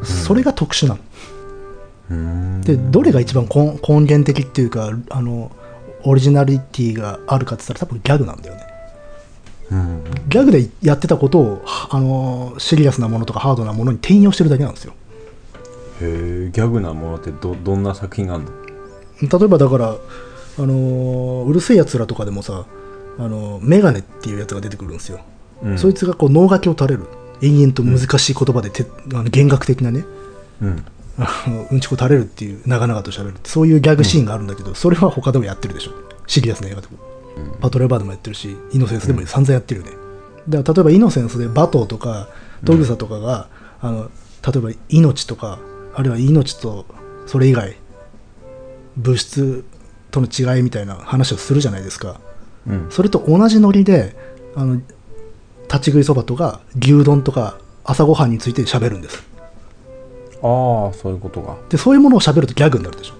Speaker 2: それが特殊なの、
Speaker 1: うん
Speaker 2: でどれが一番根根源的っていうかあのオリジナリティがあるかって言ったら多分ギャグなんだよね
Speaker 1: うん
Speaker 2: ギャグでやってたことをはあのシリアスなものとかハードなものに転用してるだけなんですよ
Speaker 1: へえギャグなものってどどんな作品があるの
Speaker 2: 例えばだからあのうるせえやつらとかでもさあのメガネっていうやつが出てくるんですよ
Speaker 1: うん
Speaker 2: そいつがこう脳書きを垂れる延々と難しい言葉でて、あの弦楽的なね
Speaker 1: うん
Speaker 2: あのうんちこ垂れるっていう長々と喋るってそういうギャグシーンがあるんだけど、それは他でもやってるでしょシリアスな映画でも、パトレバーでもやってるしイノセンスでも散々やってるよね、だから例えばイノセンスでバトーとかトグサとかが、あの例えば命とかあるいは命とそれ以外物質との違いみたいな話をするじゃないですか
Speaker 1: うん
Speaker 2: それと同じノリであの立ち食いそばとか牛丼とか朝ごはんについて喋るんです
Speaker 1: ああそういうことか
Speaker 2: でそういうものを喋るとギャグになるでしょ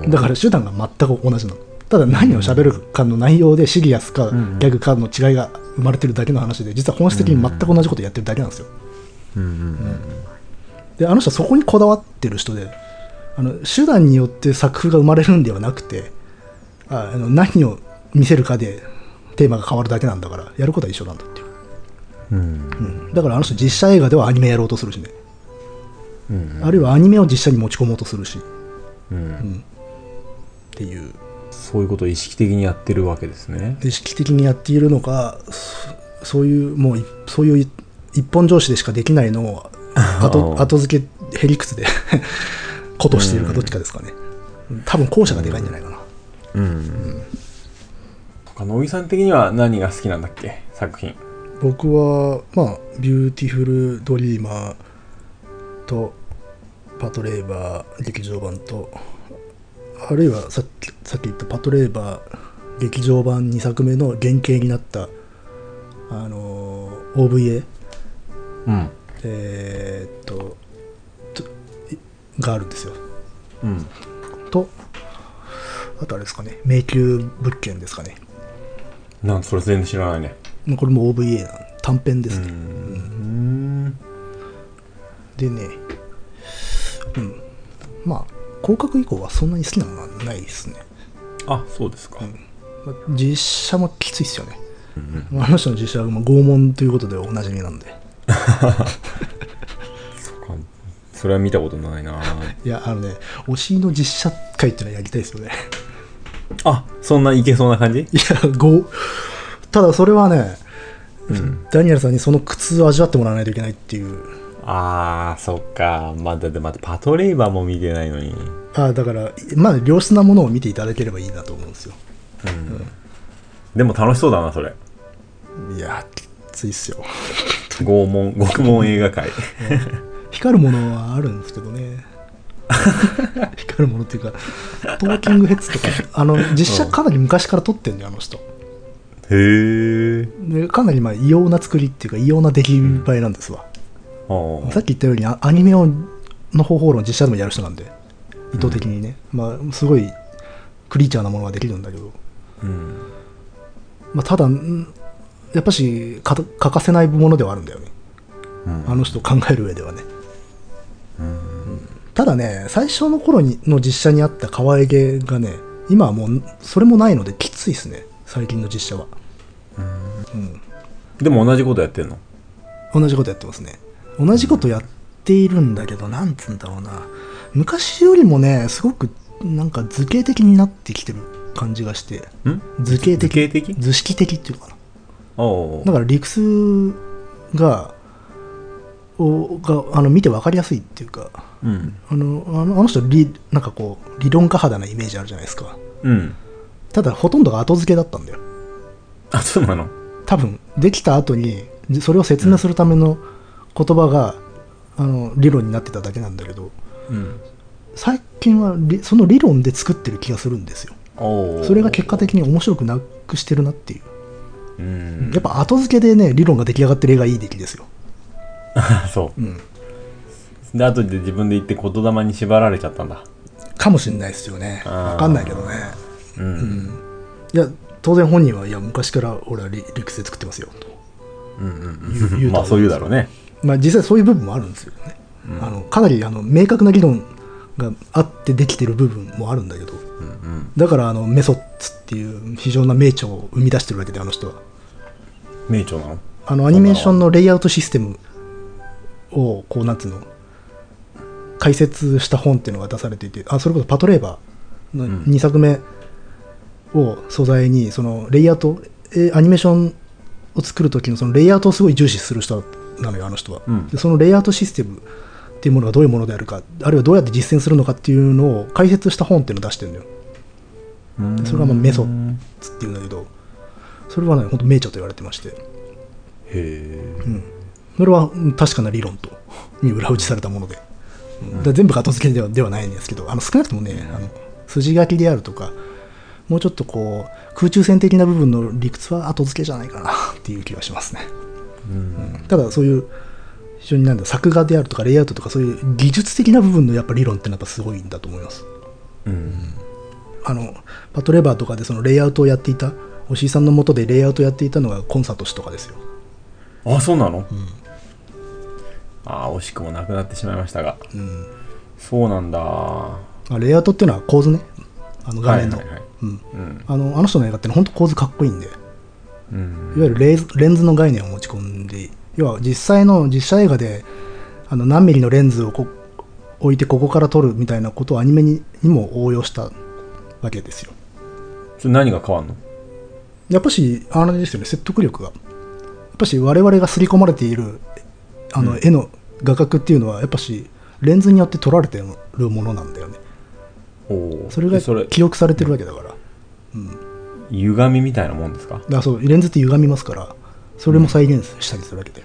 Speaker 1: うん
Speaker 2: だから手段が全く同じなのただ何を喋るかの内容でシリアスかギ
Speaker 1: んうん
Speaker 2: ャグかの違いが生まれてるだけの話で実は本質的に全く同じことやってるだけなんですよ
Speaker 1: うんうん
Speaker 2: であの人はそこにこだわってる人であの手段によって作風が生まれるんではなくてああの何を見せるかでテーマが変わるだけなんだからやることは一緒なんだっていう
Speaker 1: うん
Speaker 2: うんだからあの人実写映画ではアニメやろうとするしね、
Speaker 1: うん
Speaker 2: あるいはアニメを実写に持ち込もうとするしっ
Speaker 1: うん
Speaker 2: ていう
Speaker 1: そういうことを意識的にやってるわけですね
Speaker 2: 意識的にやっているのかそそういうもういそういうい一本上司でしかできないの を後後付けへりくつで ことしているかどっちかですかね、多分後者がでかいんじゃないかな、
Speaker 1: うん他のおぎさん的には何が好きなんだっけ作品
Speaker 2: 僕はまあビューティフルドリーマーとパトレーバー劇場版とあるいはさっきさっき言ったパトレーバー劇場版2作目の原型になったあのー OVA
Speaker 1: うん
Speaker 2: えーっとといがあるんですよ
Speaker 1: うん
Speaker 2: とあとあれですかね迷宮物件ですかね
Speaker 1: なんそれ全然知らないね
Speaker 2: まあこれも OVA なん短編ですね、
Speaker 1: うん
Speaker 2: でね、うん、まあ、広角以降はそんなに好きなものはないですね。
Speaker 1: あそうですか
Speaker 2: まあ実写もきついっすよね。まああの人の実写はまあ拷問ということでおなじみなんで。
Speaker 1: それは見たことないない
Speaker 2: や、あのね、お尻の実写会っていうのはやりたいですよね。
Speaker 1: あそんないけそうな感じ
Speaker 2: いや、ご、ただそれはね、ダニエルさんにその苦痛を味わってもらわないといけないっていう。
Speaker 1: あーそっかまだでまたパトレイバーも見てないのに
Speaker 2: ああだから、まあ、良質なものを見ていただければいいなと思うんですよ。うん
Speaker 1: でも楽しそうだなそれ
Speaker 2: いやーきついっすよ
Speaker 1: 拷問拷問映画 界
Speaker 2: 光るものはあるんですけど ね光るものっていうかトーキングヘッズと かあの実写かなり昔から撮ってんねあの人
Speaker 1: へえ
Speaker 2: でかなりまあ異様な作りっていうか異様な出来栄えなんですわ、
Speaker 1: あー
Speaker 2: さっき言ったようにあアニメをの方法論を実写でもやる人なんで意図的にね、まあすごいクリーチャーなものができるんだけど、
Speaker 1: うん
Speaker 2: まあ、ただんやっぱしかた欠かせないものではあるんだよね
Speaker 1: うん
Speaker 2: あの人を考える上ではね、ただね最初の頃にの実写にあった可愛げがね今はもうそれもないのできついですね最近の実写は、うん
Speaker 1: でも同じことやってんの
Speaker 2: 同じことやってますね同じことやっているんだけどなんつうんだろうな昔よりもねすごくなんか図形的になってきてる感じがして
Speaker 1: ん
Speaker 2: 図形
Speaker 1: 図
Speaker 2: 的
Speaker 1: 形的
Speaker 2: 図式的っていうのかな
Speaker 1: ああ
Speaker 2: だから理屈がをがあの見て分かりやすいっていうか
Speaker 1: うん
Speaker 2: あのあのあの人理なんかこう理論家肌なイメージあるじゃないですか
Speaker 1: うん
Speaker 2: ただほとんどが後付けだったんだよ
Speaker 1: あそうなの
Speaker 2: 多分できた後にじそれを説明するための言葉が、あの理論になってただけなんだけど
Speaker 1: うん
Speaker 2: 最近はりその理論で作ってる気がするんですよ
Speaker 1: おー
Speaker 2: それが結果的に面白くなくしてるなってい
Speaker 1: う
Speaker 2: う
Speaker 1: ん
Speaker 2: やっぱ後付けでね理論が出来上がってる絵がいい出来ですよ、、
Speaker 1: ぱそううんで後で自分で言って言霊に縛られちゃったんだ
Speaker 2: かもしれないですよね
Speaker 1: あー
Speaker 2: 分かんないけどね
Speaker 1: うん
Speaker 2: いや当然本人はいや昔から俺は理理屈で作ってますよと
Speaker 1: うんうん
Speaker 2: 言う
Speaker 1: うん
Speaker 2: 言う
Speaker 1: まあ
Speaker 2: と
Speaker 1: そう言うだろうね
Speaker 2: まあ、実際そういう部分もあるんですよね、あのかなりあの明確な議論があってできてる部分もあるんだけど、だからあのメソッツっていう非常な名著を生み出してるわけであの人は
Speaker 1: 名著なの
Speaker 2: あのアニメーションのレイアウトシステムをこうなんつうの解説した本っていうのが出されていてあそれこそ「パトレーバー」の2作目を素材にそのレイアウトえアニメーションを作る時のそのレイアウトをすごい重視する人なのよあの人は、
Speaker 1: うん
Speaker 2: でそのレイアウトシステムっていうものがどういうものであるかあるいはどうやって実践するのかっていうのを解説した本っていうのを出してるのよ
Speaker 1: うん
Speaker 2: それがまあメソッツっていうんだけどそれはね本当名著と言われてまして
Speaker 1: へえ
Speaker 2: それはうん確かな理論とに裏打ちされたもので、うんだから全部が後付けではではないんですけどあの少なくともね、あの筋書きであるとかもうちょっとこう空中戦的な部分の理屈は後付けじゃないかなっていう気がしますね、うんただそういう非常になんだ作画であるとかレイアウトとかそういう技術的な部分のやっぱ理論ってのはやっぱすごいんだと思います
Speaker 1: うん
Speaker 2: あのパトレバーとかでそのレイアウトをやっていた押井さんのもとでレイアウトをやっていたのがコンサート誌とかですよ
Speaker 1: あそうなのあー惜しくもなくなってしまいましたがそうなんだは
Speaker 2: まあレイアウトっていうのは構図ねあの
Speaker 1: い
Speaker 2: 画
Speaker 1: はい
Speaker 2: 面の、
Speaker 1: はい
Speaker 2: うん、
Speaker 1: うん
Speaker 2: あのあの人の映画って本当構図かっこいいんでいわ
Speaker 1: うん
Speaker 2: ゆるレーズレンズの概念を持ち込んで要は実際の実写映画であの何ミリのレンズをこ置いてここから撮るみたいなことをアニメににも応用したわけですよ
Speaker 1: それ何が変わんの
Speaker 2: やっぱしあれですよね説得力がやっぱし我々が刷り込まれているあの絵の画角っていうのはやっぱしレンズによって撮られてるものなんだよね
Speaker 1: おお
Speaker 2: それが
Speaker 1: それ
Speaker 2: 記憶されてるわけだから
Speaker 1: 歪みみたいなもんですか
Speaker 2: だからそうレンズって歪みますからそれも再現したりするわけで、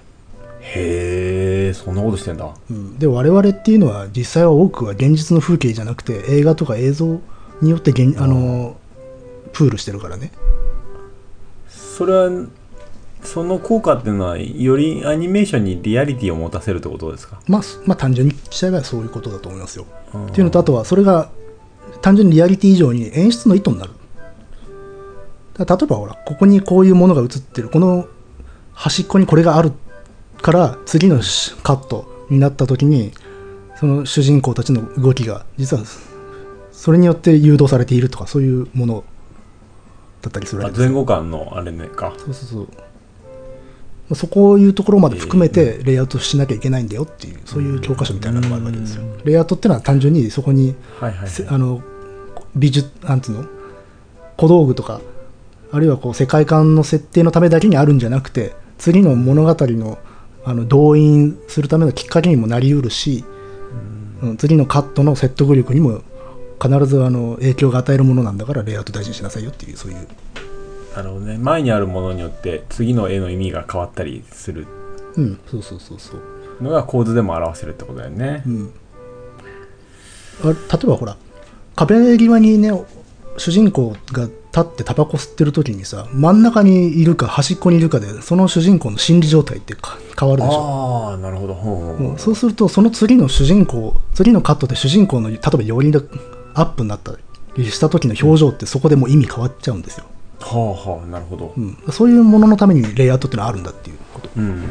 Speaker 1: へえそんなことしてんだ
Speaker 2: うん、で我々っていうのは実際は多くは現実の風景じゃなくて映画とか映像によって現あのプールしてるからね
Speaker 1: それはその効果っていうのはよりアニメーションにリアリティを持たせるってことですか
Speaker 2: まあ、すまあ単純に言っちゃえばそういうことだと思いますよ
Speaker 1: うん
Speaker 2: っていうのとあとはそれが単純にリアリティ以上に演出の意図になるだから例えばほらここにこういうものが映ってるこの端っこにこれがあるから次のしカットになった時にその主人公たちの動きが実はそれによって誘導されているとかそういうものだったりするわ
Speaker 1: あ
Speaker 2: けです
Speaker 1: 前
Speaker 2: よ
Speaker 1: 後感のあれねか
Speaker 2: そうそうそうまあそこをいうところまで含めてレイアウトしなきゃいけないんだよっていうそういう教科書みたいなのがあるわけですよレイアウトってのは単純にそこに
Speaker 1: はいはい
Speaker 2: せあの美術なんつうの小道具とかあるいはこう世界観の設定のためだけにあるんじゃなくて次の物語のあの動員するためのきっかけにもなりうるし、うん次のカットの説得力にも必ずあの影響が与えるものなんだからレイアウト大事にしなさいよっていうそういう
Speaker 1: あのね前にあるものによって次の絵の意味が変わったりする
Speaker 2: うんそうそうそうそう
Speaker 1: のが構図でも表せるってことだよね
Speaker 2: う、ん、あ例えばほら壁際にね主人公が立ってタバコ吸ってる時にさ真ん中にいるか端っこにいるかでその主人公の心理状態ってか変わるでしょ
Speaker 1: ああなるほどほうほう
Speaker 2: うんそうするとその次の主人公次のカットで主人公の例えば寄りがアップになったりした時の表情ってそこでもう意味変わっちゃうんですよ、
Speaker 1: はあはあなるほど
Speaker 2: うん、そういうもののためにレイアウトってのはあるんだっていうこと
Speaker 1: うん、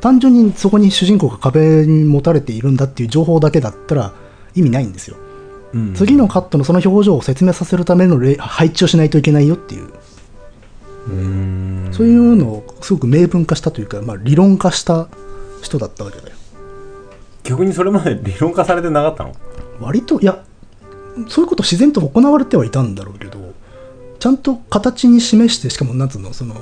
Speaker 2: 単純にそこに主人公が壁に持たれているんだっていう情報だけだったら意味ないんですよ
Speaker 1: うん
Speaker 2: 次のカットのその表情を説明させるためのレイ配置をしないといけないよっていう、
Speaker 1: うん
Speaker 2: そういうのをすごく明文化したというか、まあ、理論化した人だったわけだよ。
Speaker 1: 逆にそれまで理論化されてなかったの
Speaker 2: 割と、いや、そういうこと自然と行われてはいたんだろうけど、ちゃんと形に示して、しかも、なんつうの、その、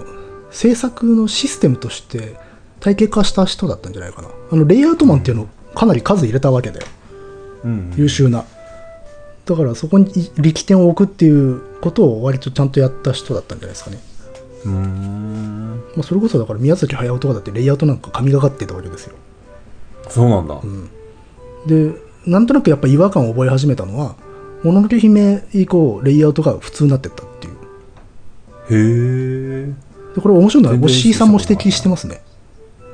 Speaker 2: 制作のシステムとして体系化した人だったんじゃないかな。あの、レイアウトマンっていうのをかなり数入れたわけだよ。
Speaker 1: うん
Speaker 2: 優秀な。だから、そこに力点を置くっていうことを割とちゃんとやった人だったんじゃないですかね。
Speaker 1: うん
Speaker 2: まあ、それこそだから宮崎駿とかだってレイアウトなんか神がかってたわけですよ
Speaker 1: そうなんだ、
Speaker 2: でなんとなくやっぱ違和感を覚え始めたのは「もののけ姫」以降レイアウトが普通になってったっていう
Speaker 1: へえ
Speaker 2: でこれ面白いのは
Speaker 1: 全然意
Speaker 2: 押
Speaker 1: 識
Speaker 2: 井
Speaker 1: した
Speaker 2: さ
Speaker 1: こと
Speaker 2: んも
Speaker 1: な
Speaker 2: 指
Speaker 1: かった
Speaker 2: 摘してますね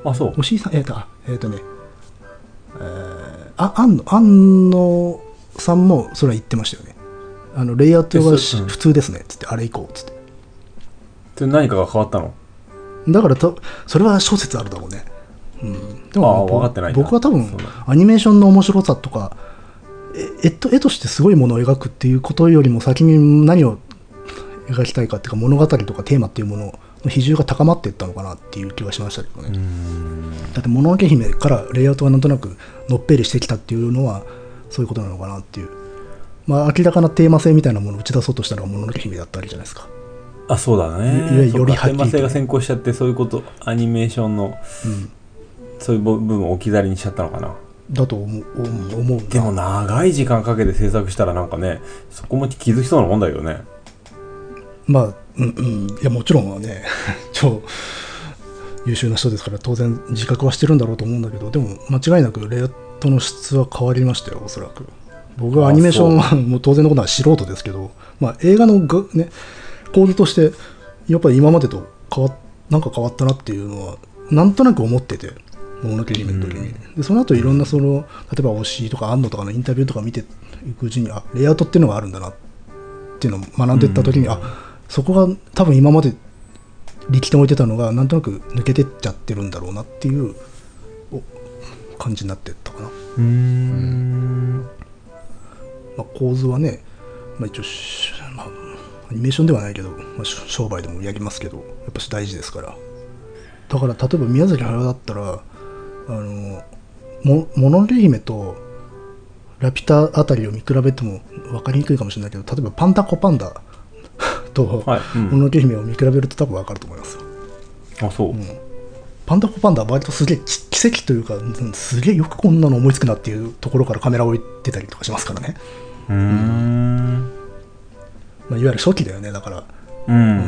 Speaker 1: あそう
Speaker 2: 押井さんえっ、とあえっ、とねえーあ安野安野さんもそれは言ってましたよねあのレイアウトがし
Speaker 1: えそううん
Speaker 2: 普通ですねっつってあれ以降っつって
Speaker 1: それ何かが変わったの
Speaker 2: だからとそれは小説あるだろうね、うん、
Speaker 1: あ
Speaker 2: で
Speaker 1: あ
Speaker 2: ぼ
Speaker 1: 分かってないんだ
Speaker 2: 僕は
Speaker 1: そ
Speaker 2: 多分
Speaker 1: うだ
Speaker 2: アニメーションの面白さとかえ絵と絵としてすごいものを描くっていうことよりも先に何を描きたいかっていうか物語とかテーマっていうものの比重が高まっていったのかなっていう気がしましたけどね、
Speaker 1: うん
Speaker 2: だって「もののけ姫」からレイアウトがなんとなくのっぺりしてきたっていうのはそういうことなのかなっていう、まあ、明らかなテーマ性みたいなものを打ち出そうとしたのが「もののけ姫」だったわけじゃないですか
Speaker 1: あそうだ
Speaker 2: いわゆ
Speaker 1: ね
Speaker 2: るよりはっき
Speaker 1: そうかテ
Speaker 2: りとね
Speaker 1: ーマ性が先行しちゃってそういうことアニメーションの、そういう部分を置き去りにしちゃったのかな
Speaker 2: だと思う思う思うな
Speaker 1: でも長い時間かけて制作したらなんかねそこも気づきそうなもんだよね
Speaker 2: まあ、うんうん、いやもちろんね、 超優秀な人ですから、当然自覚はしてるんだろうと思うんだけど、でも間違いなくレイアウトの質は変わりましたよ、おそらく。僕はアニメーションは もう当然のことは素人ですけど、まあ、映画のが、ね、構図として、やっぱり今までと変わっなんか変わったなっていうのは、なんとなく思ってて、もののけ姫の時に。で、その後いろんなその、例えば推しとか安野とかのインタビューとか見ていくうちに、あレイアウトっていうのがあるんだなって。っていうのを学んでいった時に、あそこが多分今まで力点を置いてたのがなんとなく抜けてっちゃってるんだろうなっていうお感じになってったかな、
Speaker 1: うん
Speaker 2: まあ、構図はね、まあ、一応し、まあ、アニメーションではないけど、まあ、し商売でもやりますけどやっぱし大事ですからだから例えば宮崎駿だったらあのももののけ姫とラピュタあたりを見比べても分かりにくいかもしれないけど例えばパンダコパンダ と、
Speaker 1: はい、う
Speaker 2: もの
Speaker 1: ん、
Speaker 2: のけ姫を見比べると多分わかると思いますよ
Speaker 1: あそう、
Speaker 2: パンダコパンダは割とすげえき奇跡というかうんすげえよくこんなの思いつくなっていうところからカメラを置いてたりとかしますからね、
Speaker 1: うーん
Speaker 2: まあ、いわゆる初期だよねだから
Speaker 1: うん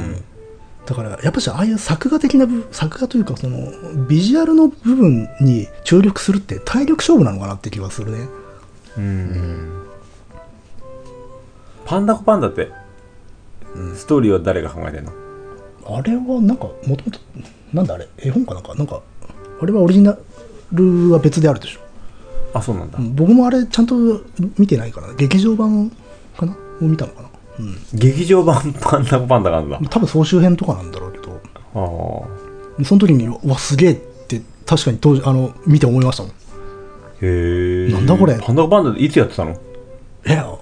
Speaker 2: だからやっぱしああいう作画的な部作画というかそのビジュアルの部分に注力するって体力勝負なのかなって気がするね
Speaker 1: うんパンダコパンダってストーリーは誰が考えてんの
Speaker 2: あれはなんかもともとなんだあれ絵本かなんかなんかあれはオリジナルは別であるでしょ
Speaker 1: あそうなんだ、
Speaker 2: うん僕もあれちゃんと見てないから劇場版かなを見たのかなうん
Speaker 1: 劇場版パンダコパンダがあるんだ、
Speaker 2: 多分総集編とかなんだろうけど
Speaker 1: ああ
Speaker 2: その時にうわすげえって確かに当時あの見て思いましたもん
Speaker 1: へえ
Speaker 2: なんだこれ
Speaker 1: パンダコパンダっていつやってたの
Speaker 2: えあ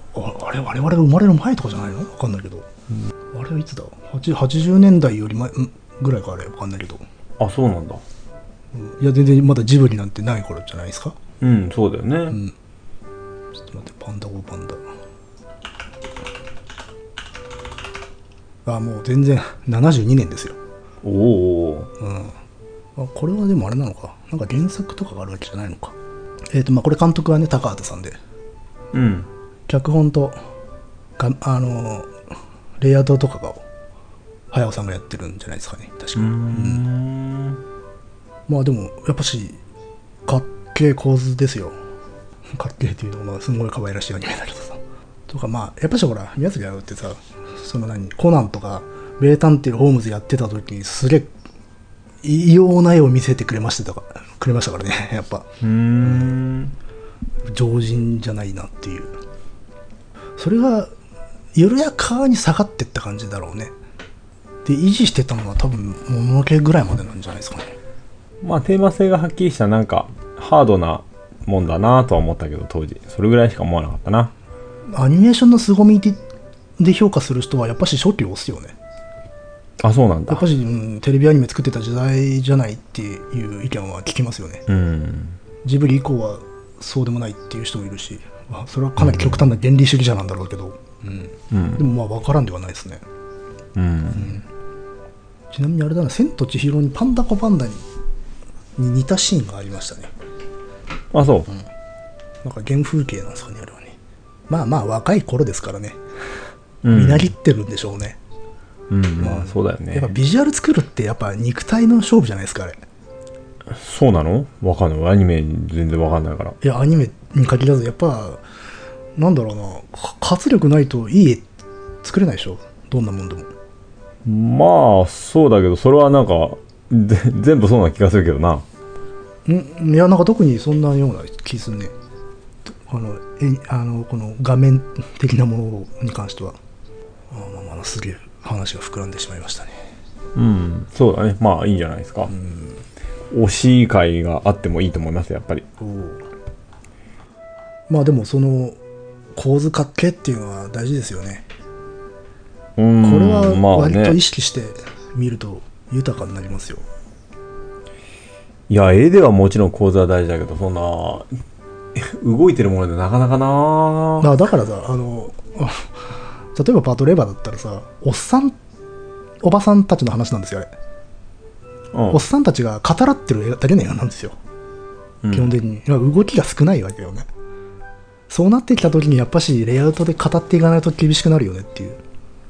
Speaker 2: あれ我々が生まれる前とかじゃないの分かんないけど、あれはいつだ80 80年代より前んぐらいかあれ分かんないけど、
Speaker 1: あそうなんだ
Speaker 2: うんいや全然まだジブリなんてない頃じゃないですか
Speaker 1: うんそうだよね、
Speaker 2: んちょっと待ってパンダゴパンダあもう全然72年ですよ
Speaker 1: おおー
Speaker 2: あこれはでもあれなのかなんか原作とかがあるわけじゃないのかえっ、とまあこれ監督はね高畑さんで
Speaker 1: うん
Speaker 2: 脚本とがあのーレイアウトとかが早尾さんがやってるんじゃないですかね確か、
Speaker 1: うー
Speaker 2: うん
Speaker 1: ん
Speaker 2: まあでもやっぱしかっけえ構図ですよかっけえっていうのもまあすごい可愛らしいアニメだけどさとかまあやっぱしほら宮崎駿ってさその何コナンとか名探偵ホームズやってた時にすげえ異様な絵を見せてくれましたかくれましたからねやっぱ
Speaker 1: うーん
Speaker 2: 常人じゃないなっていうそれが緩やかに下がってった感じだろうねで維持してたのは多分もののけぐらいまでなんじゃないですかね
Speaker 1: まあテーマ性がはっきりしたなんかハードなもんだなとは思ったけど当時それぐらいしか思わなかったな
Speaker 2: アニメーションの凄みで評価する人はやっぱし初期を押すよね。
Speaker 1: あそうなん
Speaker 2: や
Speaker 1: だ
Speaker 2: っぱし、うん、テレビアニメ作ってた時代じゃないっていう意見は聞きますよね。
Speaker 1: うん
Speaker 2: ジブリ以降はそうでもないっていう人もいるし、まあ、それはかなり極端な原理主義者なんだろうけど、うん、
Speaker 1: うん
Speaker 2: でもまあ分からんではないですね。
Speaker 1: うん
Speaker 2: ちなみにあれだな、千と千尋にパンダコパンダにに似たシーンがありましたね。
Speaker 1: あそう、
Speaker 2: なんか原風景なんですかね、あれはね。まあまあ若い頃ですからね、
Speaker 1: うん、
Speaker 2: みなぎってるんでしょうね。
Speaker 1: うんまあそうだよ
Speaker 2: やっぱ
Speaker 1: ね
Speaker 2: ビジュアル作るってやっぱ肉体の勝負じゃないですか、あれ。
Speaker 1: そうなのわかんないアニメ全然わかんないから
Speaker 2: いやアニメに限らずやっぱなんだろうなか活力ないといい絵作れないでしょどんなもんでも
Speaker 1: まあそうだけどそれはなんかぜ全部そうな気がするけどなん
Speaker 2: いやなんか特にそんなような気すんねあのえあのこの画面的なものに関してはあーまあまあすげえ話が膨らんでしまいましたね
Speaker 1: うんそうだねまあいいんじゃないですか
Speaker 2: うん
Speaker 1: 推し会があってもいいと思いますやっぱり
Speaker 2: おうまあでもその構図かっけっていうのは大事ですよね
Speaker 1: うん
Speaker 2: これは
Speaker 1: まあ
Speaker 2: 割と
Speaker 1: ね
Speaker 2: 意識して見ると豊かになりますよ、
Speaker 1: いや絵ではもちろん構図は大事だけどそんな 動いてるものでなかなかな
Speaker 2: まあだからさあの 例えばパトレーバーだったらさおっさんおばさんたちの話なんですよあれ
Speaker 1: うん
Speaker 2: おっさんたちが語らってる映画だけの映画なんですよ、
Speaker 1: うん
Speaker 2: 基本的にまあ動きが少ないわけよねそうなってきた時にやっぱしレイアウトで語っていかないと厳しくなるよねっていう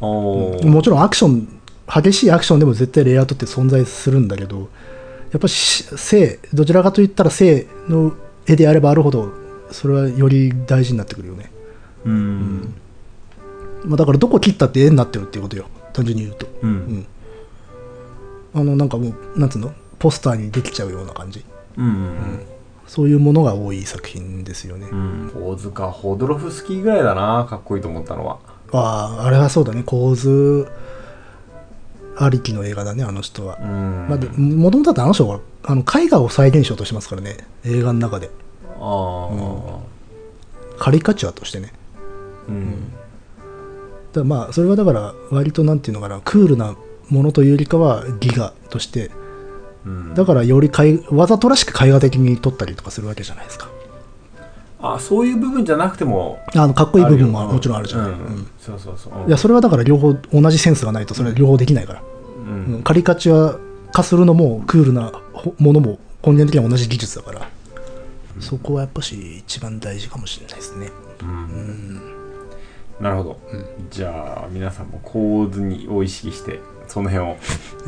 Speaker 1: おー
Speaker 2: もちろんアクション激しいアクションでも絶対レイアウトって存在するんだけどやっぱし性どちらかといったら性の絵であればあるほどそれはより大事になってくるよね
Speaker 1: うん
Speaker 2: まあ、だからどこ切ったって絵になってるっていうことよ単純に言うと、
Speaker 1: う
Speaker 2: うんん、あのなんかもうなんつうのポスターにできちゃうような感じ
Speaker 1: うん
Speaker 2: そういうものが多い作品ですよね、
Speaker 1: うん構図かホドロフスキーぐらいだなかっこいいと思ったのは
Speaker 2: あああれはそうだね構図ありきの映画だねあの人は
Speaker 1: う、ん
Speaker 2: まあ、でもともとだってあの人はあの絵画を再現しようとしてますからね映画の中で
Speaker 1: ああ
Speaker 2: カリカチュアとしてね
Speaker 1: うん
Speaker 2: だからまあそれはだから割となんていうのかなクールなものというよりかはギガとして
Speaker 1: うん
Speaker 2: だからよりかいわざとらしく絵画的に撮ったりとかするわけじゃないですか
Speaker 1: あそういう部分じゃなくても
Speaker 2: あのかっこいい部分も
Speaker 1: あるよ
Speaker 2: もちろんあるじゃない、
Speaker 1: うん
Speaker 2: うん
Speaker 1: そうそうそううん
Speaker 2: いやそれはだから両方同じセンスがないとそれは両方できないから、
Speaker 1: う
Speaker 2: うん
Speaker 1: ん
Speaker 2: カリカチュア化するのもクールなほものも根源的には同じ技術だから、そこはやっぱし一番大事かもしれないですね
Speaker 1: なるほどじゃあ皆さんも構図にを意識してその辺を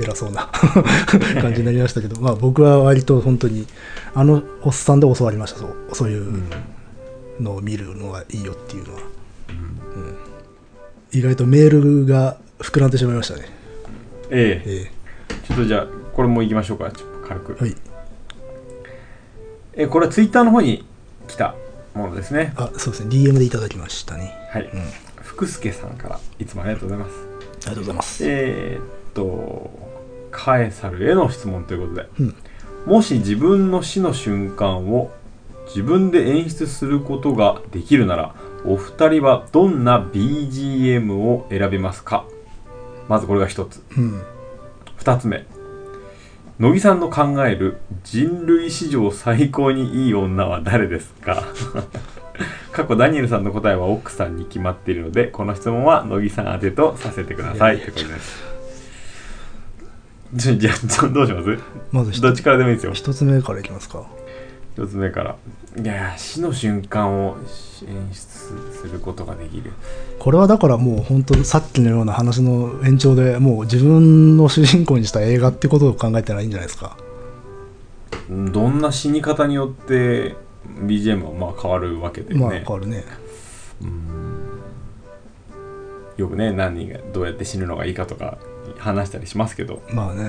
Speaker 2: 偉そうな 感じになりましたけどまあ僕は割と本当にあのおっさんで教わりましたそうそういうのを見るのがいいよっていうのは、うん意外とメールが膨らんでしまいましたね、
Speaker 1: ええ
Speaker 2: え
Speaker 1: ちょっとじゃあこれもいきましょうかちょっと軽
Speaker 2: えは
Speaker 1: く
Speaker 2: い
Speaker 1: えこれはツイッターの方に来たものですね
Speaker 2: あそうですね DM でいただきましたね
Speaker 1: はい
Speaker 2: うんあ
Speaker 1: 福助さんからいつもありがとうございます
Speaker 2: りがとうございます
Speaker 1: えーっとカエサルへの質問ということで、
Speaker 2: うん
Speaker 1: もし自分の死の瞬間を自分で演出することができるならお二人はどんな BGM を選びますかまずこれが一つ
Speaker 2: うん
Speaker 1: 二つ目乃木さんの考える人類史上最高にいい女は誰ですか 過去ダニエルさんの答えは奥さんに決まっているのでこの質問は乃木さん宛てとさせてください
Speaker 2: いやいや
Speaker 1: ということですじゃじゃあどうします
Speaker 2: まず一
Speaker 1: どっ
Speaker 2: つ
Speaker 1: ちからでもいいですよ
Speaker 2: 一つ目からいきますか
Speaker 1: 一つ目からいやー死の瞬間を演出することができる
Speaker 2: これはだからもう本当さっきのような話の延長でもう自分の主人公にした映画ってことを考えたらいいんじゃないですか
Speaker 1: うんどんな死に方によって BGM はまあ変わるわけでね、
Speaker 2: まあ変わるね
Speaker 1: うんよくね何人がどうやって死ぬのがいいかとか話したりしますけど
Speaker 2: まあね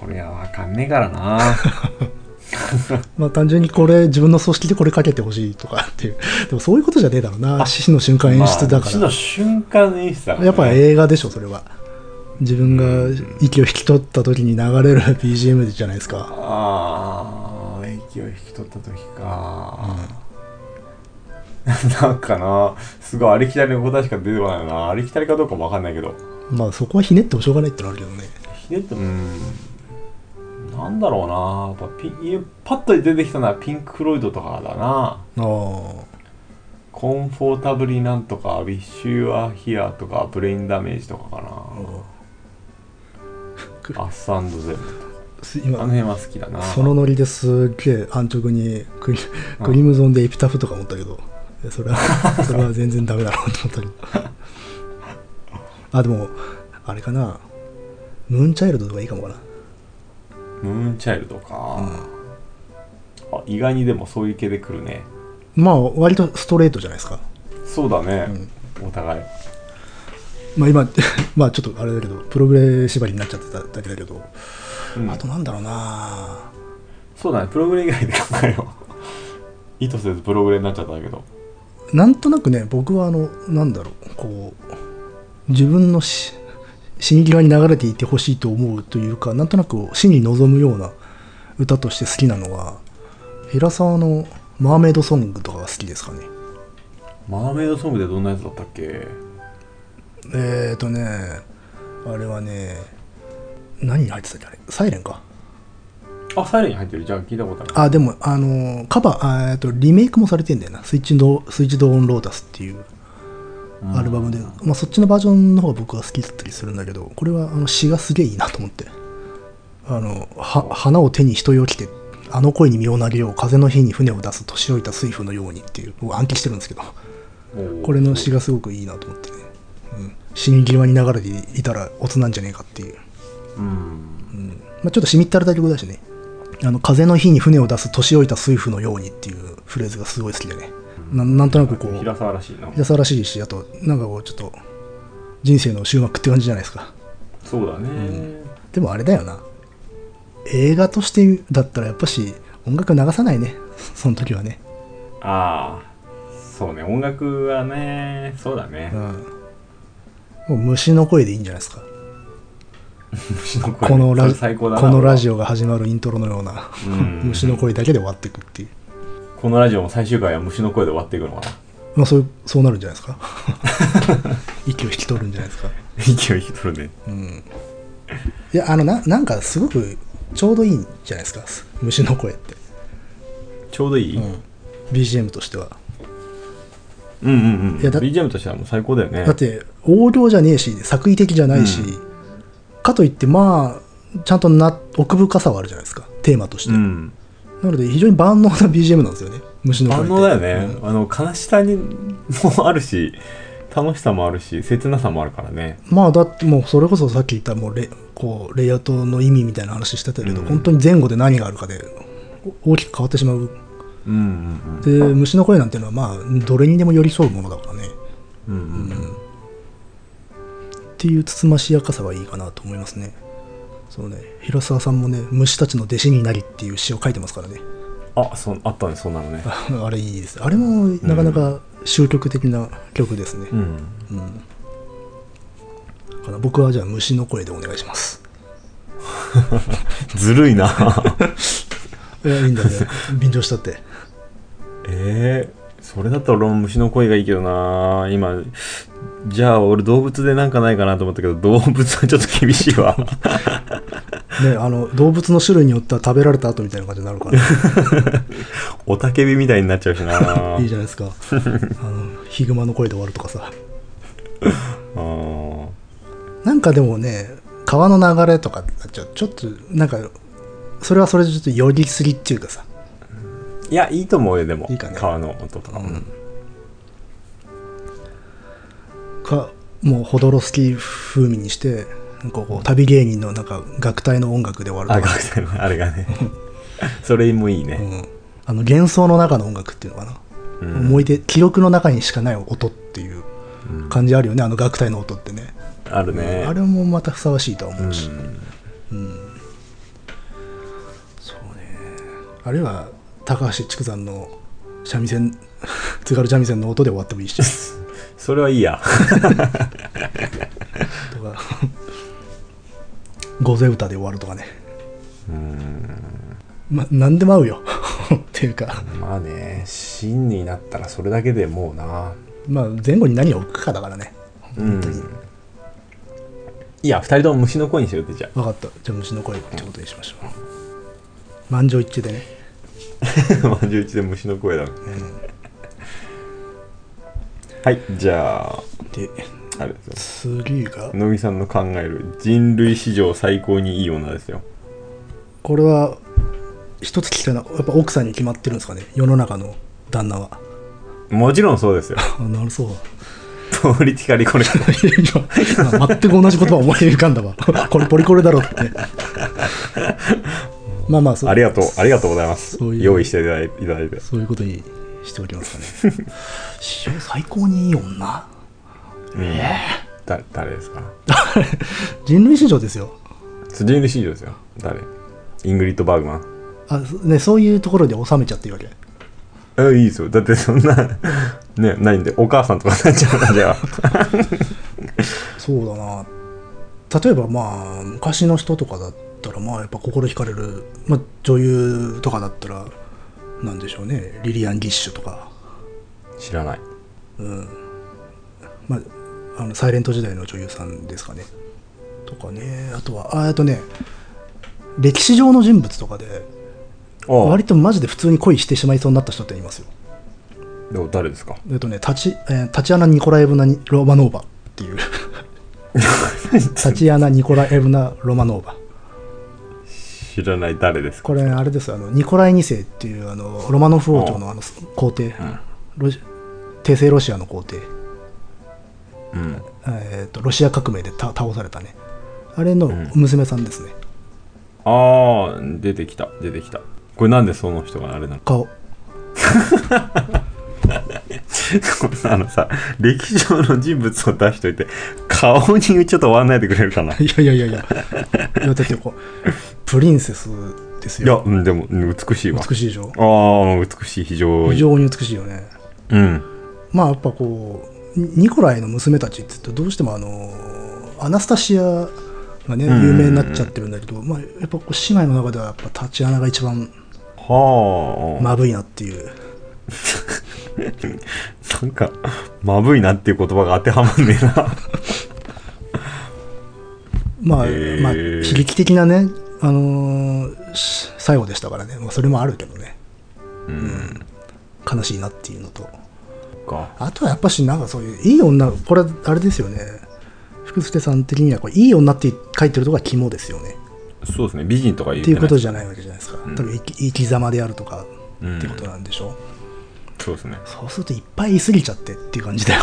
Speaker 1: これはわかんねえからな
Speaker 2: まあ単純にこれ自分の組織でこれかけてほしいとかっていうでもそういうことじゃねえだろうな死の瞬間 演出だ
Speaker 1: まあ
Speaker 2: か
Speaker 1: 死
Speaker 2: ら
Speaker 1: の、瞬間演出だからね、
Speaker 2: やっぱ映画でしょそれは自分が息を引き取った時に流れる BGM じゃないですか
Speaker 1: ああ息を引き取った時か、 なんかなすごいありきたりの答えしか出てこないなありきたりかどうかもわかんないけど
Speaker 2: まあそこはひねってもしょうがないってのあるけどね
Speaker 1: ひねってうんなんだろうなやっぱピンパッと出てきたのはピンク・フロイドとかだな
Speaker 2: あ
Speaker 1: コンフォータブリーなんとか、ウィッシュ・ア・ヒアとか、ブレイン・ダメージとかか
Speaker 2: あ
Speaker 1: な。アッサンド・ゼロとか。
Speaker 2: す
Speaker 1: あの
Speaker 2: 今
Speaker 1: 辺は好きだな。
Speaker 2: そのノリですっげえ安直にクリクリムゾンでエピタフとか思ったけどえそれはそれは全然ダメだろうと思ったけどあでもあれかなムーンチャイルドとかいいかもかな
Speaker 1: ムーン・チャイルドか、あ。意外にでもそういう系で来るね。
Speaker 2: まあ割とストレートじゃないですか
Speaker 1: そうだね。お互い。
Speaker 2: まあ今 まあちょっとあれだけどプログレ縛りになっちゃってただけだけど、
Speaker 1: うん
Speaker 2: あとなんだろうな
Speaker 1: そうだね。プログレ以外で考えよう。 意図せずプログレになっちゃったけど。
Speaker 2: なんとなくね僕はあのなんだろうこう自分のし死に際に流れていてほしいと思うというかなんとなく死に望むような歌として好きなのは平沢の「マーメイドソング」とかが好きですかね
Speaker 1: マーメイドソングでどんなやつだったっけ
Speaker 2: えーとねあれはね何に入ってたっけあれサイレンか
Speaker 1: あ、サイレンに入ってる。じゃあ聞いたことある。
Speaker 2: あでもあのカバーあえーとリメイクもされてんだよなスイッチドスイッチドオンロータスっていうアルバムで、まあ、そっちのバージョンの方が僕は好きだったりするんだけどこれはあの詩がすげえいいなと思ってあのは花を手に人よ来てあの恋に身を投げよう風の日に船を出す年老いた水夫のようにっていう僕暗記してるんですけど
Speaker 1: おー
Speaker 2: これの詩がすごくいいなと思ってね、うん、死に際に流れていたらオツなんじゃねえかっていう、
Speaker 1: うん。
Speaker 2: まあ、ちょっとしみったれた曲だしねあの風の日に船を出す年老いた水夫のようにっていうフレーズがすごい好きでねななんとなくこう
Speaker 1: 平沢らしいな。
Speaker 2: 安田らしいしあとなんかこうちょっと人生の終幕って感じじゃないですか
Speaker 1: そうだね。
Speaker 2: でもあれだよな映画としてだったらやっぱし音楽流さないねその時はね、
Speaker 1: ああそうね音楽はねそうだね
Speaker 2: うん、もう虫の声でいいんじゃないですか
Speaker 1: 虫の声
Speaker 2: このラ
Speaker 1: それ
Speaker 2: ジ
Speaker 1: 最高
Speaker 2: こ
Speaker 1: だな
Speaker 2: のラジオが始まるイントロのような、
Speaker 1: うん
Speaker 2: 虫の声だけで終わっていくっていう、
Speaker 1: このラジオも最終回は虫の声で終わっていくのかな
Speaker 2: まあ、そういうそうなるんじゃないですか 息を引き取るんじゃないですか
Speaker 1: 息を引き取るね
Speaker 2: いやあのななんかすごくちょうどいいんじゃないですか虫の声って、
Speaker 1: ちょうどいい、
Speaker 2: うん、BGM としては
Speaker 1: うん、うんうん
Speaker 2: いやだ
Speaker 1: BGM としてはもう最高だよね
Speaker 2: だって横領じゃねえし作為的じゃないし、かといってまあちゃんとな奥深さはあるじゃないですかテーマとして、
Speaker 1: うん
Speaker 2: なので非常に万能な BGM なんですよね虫の声っ
Speaker 1: 万
Speaker 2: て
Speaker 1: 能だよね、あの悲しさにもあるし楽しさもあるし切なさもあるからね
Speaker 2: まあだってもうそれこそさっき言ったもうレこうレイアウトの意味みたいな話してたけど、
Speaker 1: うん
Speaker 2: 本当に前後で何があるかでお大きく変わってしまう
Speaker 1: うんうん
Speaker 2: で虫の声なんていうのはまあどれにでも寄り添うものだからね
Speaker 1: うんうんうんうん
Speaker 2: っていうつつましやかさはいいかなと思いますねそうね広沢さんもね虫たちの弟子になりっていう詩を書いてますからね
Speaker 1: あそあったねそんなのね
Speaker 2: あれいいです。あれもなかなか終局的な曲ですね。
Speaker 1: うん
Speaker 2: だから僕はじゃあ虫の声でお願いします。
Speaker 1: ずるいな
Speaker 2: いやいいんだね。便乗したって。
Speaker 1: えー、それだったら俺も虫の声がいいけどな今じゃあ俺動物でなんかないかなと思ったけど動物はちょっと厳しい わ
Speaker 2: ね、あの動物の種類によっては食べられた後みたいな感じになるから、
Speaker 1: おたけびみたいになっちゃうしな
Speaker 2: いいじゃないですか。あのヒグマの声で終わるとかさ。
Speaker 1: あー
Speaker 2: なんかでもね、川の流れとかになっちゃう。ちょっとなんかそれはそれでちょっと寄りすぎっていうかさ
Speaker 1: いやいいと思うよでも
Speaker 2: いいかね
Speaker 1: 川の音とか、うん
Speaker 2: かもうホドロスキー風味にしてなんかこう旅芸人のなんか楽隊の音楽で終わ
Speaker 1: あ
Speaker 2: るとか
Speaker 1: 学生のあれが ねそれもいいね、
Speaker 2: うんあの幻想の中の音楽っていうのかな、
Speaker 1: うん
Speaker 2: 思い出記録の中にしかない音っていう感じあるよねあの楽隊の音ってね
Speaker 1: あるね
Speaker 2: あれもまたふさわしいとは思うし、
Speaker 1: うん
Speaker 2: そうねあるいは高橋畜山の三味線 津軽三味線の音で終わってもいいし
Speaker 1: それはいいや
Speaker 2: とか御勢歌で終わるとかねま何でも合うよ っていうか
Speaker 1: まあね真になったらそれだけでもうな
Speaker 2: まあ前後に何を置くかだからね
Speaker 1: うんいや2人とも虫の声にしようってじゃあ
Speaker 2: 分かったじゃあ虫の声ってことにしましょう満場一致でね
Speaker 1: 満場一致で虫の声だ、はいじゃあ
Speaker 2: で
Speaker 1: あれですよ
Speaker 2: 次が
Speaker 1: 乃木さんの考える人類史上最高にいい女ですよ
Speaker 2: これは一つ聞きたいのはやっぱ奥さんに決まってるんですかね世の中の旦那は
Speaker 1: もちろんそうです よ
Speaker 2: あなるそうだ
Speaker 1: ポリティカリこれ
Speaker 2: 今全く同じ言葉を思い浮かんだわ これポリコレだろって まあまあそう
Speaker 1: ありがとうありがとうございます
Speaker 2: そういう
Speaker 1: 用意していただいいただいて
Speaker 2: そういうことにしておきますかね 史上最高にいい女
Speaker 1: だ誰ですか
Speaker 2: 人類史上ですよ
Speaker 1: 人類史上ですよ誰イングリッド・バーグマン
Speaker 2: あ、そね、そういうところで収めちゃってるわけ
Speaker 1: えいいですよだってそんな ねないんでお母さんとかになっちゃうので は
Speaker 2: そうだな例えばまあ昔の人とかだったらまあやっぱ心惹かれる、まあ、女優とかだったらなんでしょうねリリアン・ギッシュとか、
Speaker 1: 知らない
Speaker 2: まあ、あのサイレント時代の女優さんですかねとかねあとはああとね歴史上の人物とかで
Speaker 1: ああ
Speaker 2: 割とマジで普通に恋してしまいそうになった人っていますよ
Speaker 1: でも誰 ですか
Speaker 2: えっとねタチ、えータチアナ・ニコラエブナ・ニロマノーバっ ていうタチアナ・ニコラエブナ・ロマノーバ
Speaker 1: 知らない誰ですか
Speaker 2: これあれですあのニコライ2世っていうあのロマノフ王朝のあの皇帝、ロシ帝政ロシアの皇帝、
Speaker 1: うん
Speaker 2: えー、とロシア革命でた倒されたねあれの娘さんですね、
Speaker 1: ああ出てきた出てきたこれなんでその人があれなの
Speaker 2: 顔
Speaker 1: あのさ歴史上の人物を出しといて顔にちょっと終わんないでくれるかない
Speaker 2: いやいやいやいやいやだってこうプリンセスです
Speaker 1: や
Speaker 2: よ
Speaker 1: うんでもうん美しいわ
Speaker 2: 美しいでしょ
Speaker 1: ああ美しい非常
Speaker 2: 非
Speaker 1: に
Speaker 2: 常に美しいよね
Speaker 1: うん
Speaker 2: まあやっぱこうニニコライの娘たちって言うとどうしてもあのアナスタシアがね
Speaker 1: んうん
Speaker 2: 有名になっちゃってるんだけど、まあ、やっぱこう姉妹の中ではやっぱタチアナが一番
Speaker 1: はあ、
Speaker 2: まぶいなっていう
Speaker 1: なんかまぶいなっていう言葉が当てはまんねえな
Speaker 2: まあ、
Speaker 1: へー
Speaker 2: まあ、悲劇的なね、あのーし最後でしたからね、まあ、それもあるけどね、うん、悲しいなっていうのと、
Speaker 1: か
Speaker 2: あとはやっぱし、なんかそういう、いい女、これ、あれですよね、福助さん的にはこれ、いい女って書いてるとこが肝ですよね。
Speaker 1: そうですね美人とか言
Speaker 2: っていうこと
Speaker 1: ゃ
Speaker 2: じゃないわけじゃないですか、多分生き生き様であるとかってことなんでしょう、
Speaker 1: そうですね
Speaker 2: そうするといっぱい言いすぎちゃってっていう感 じだよ。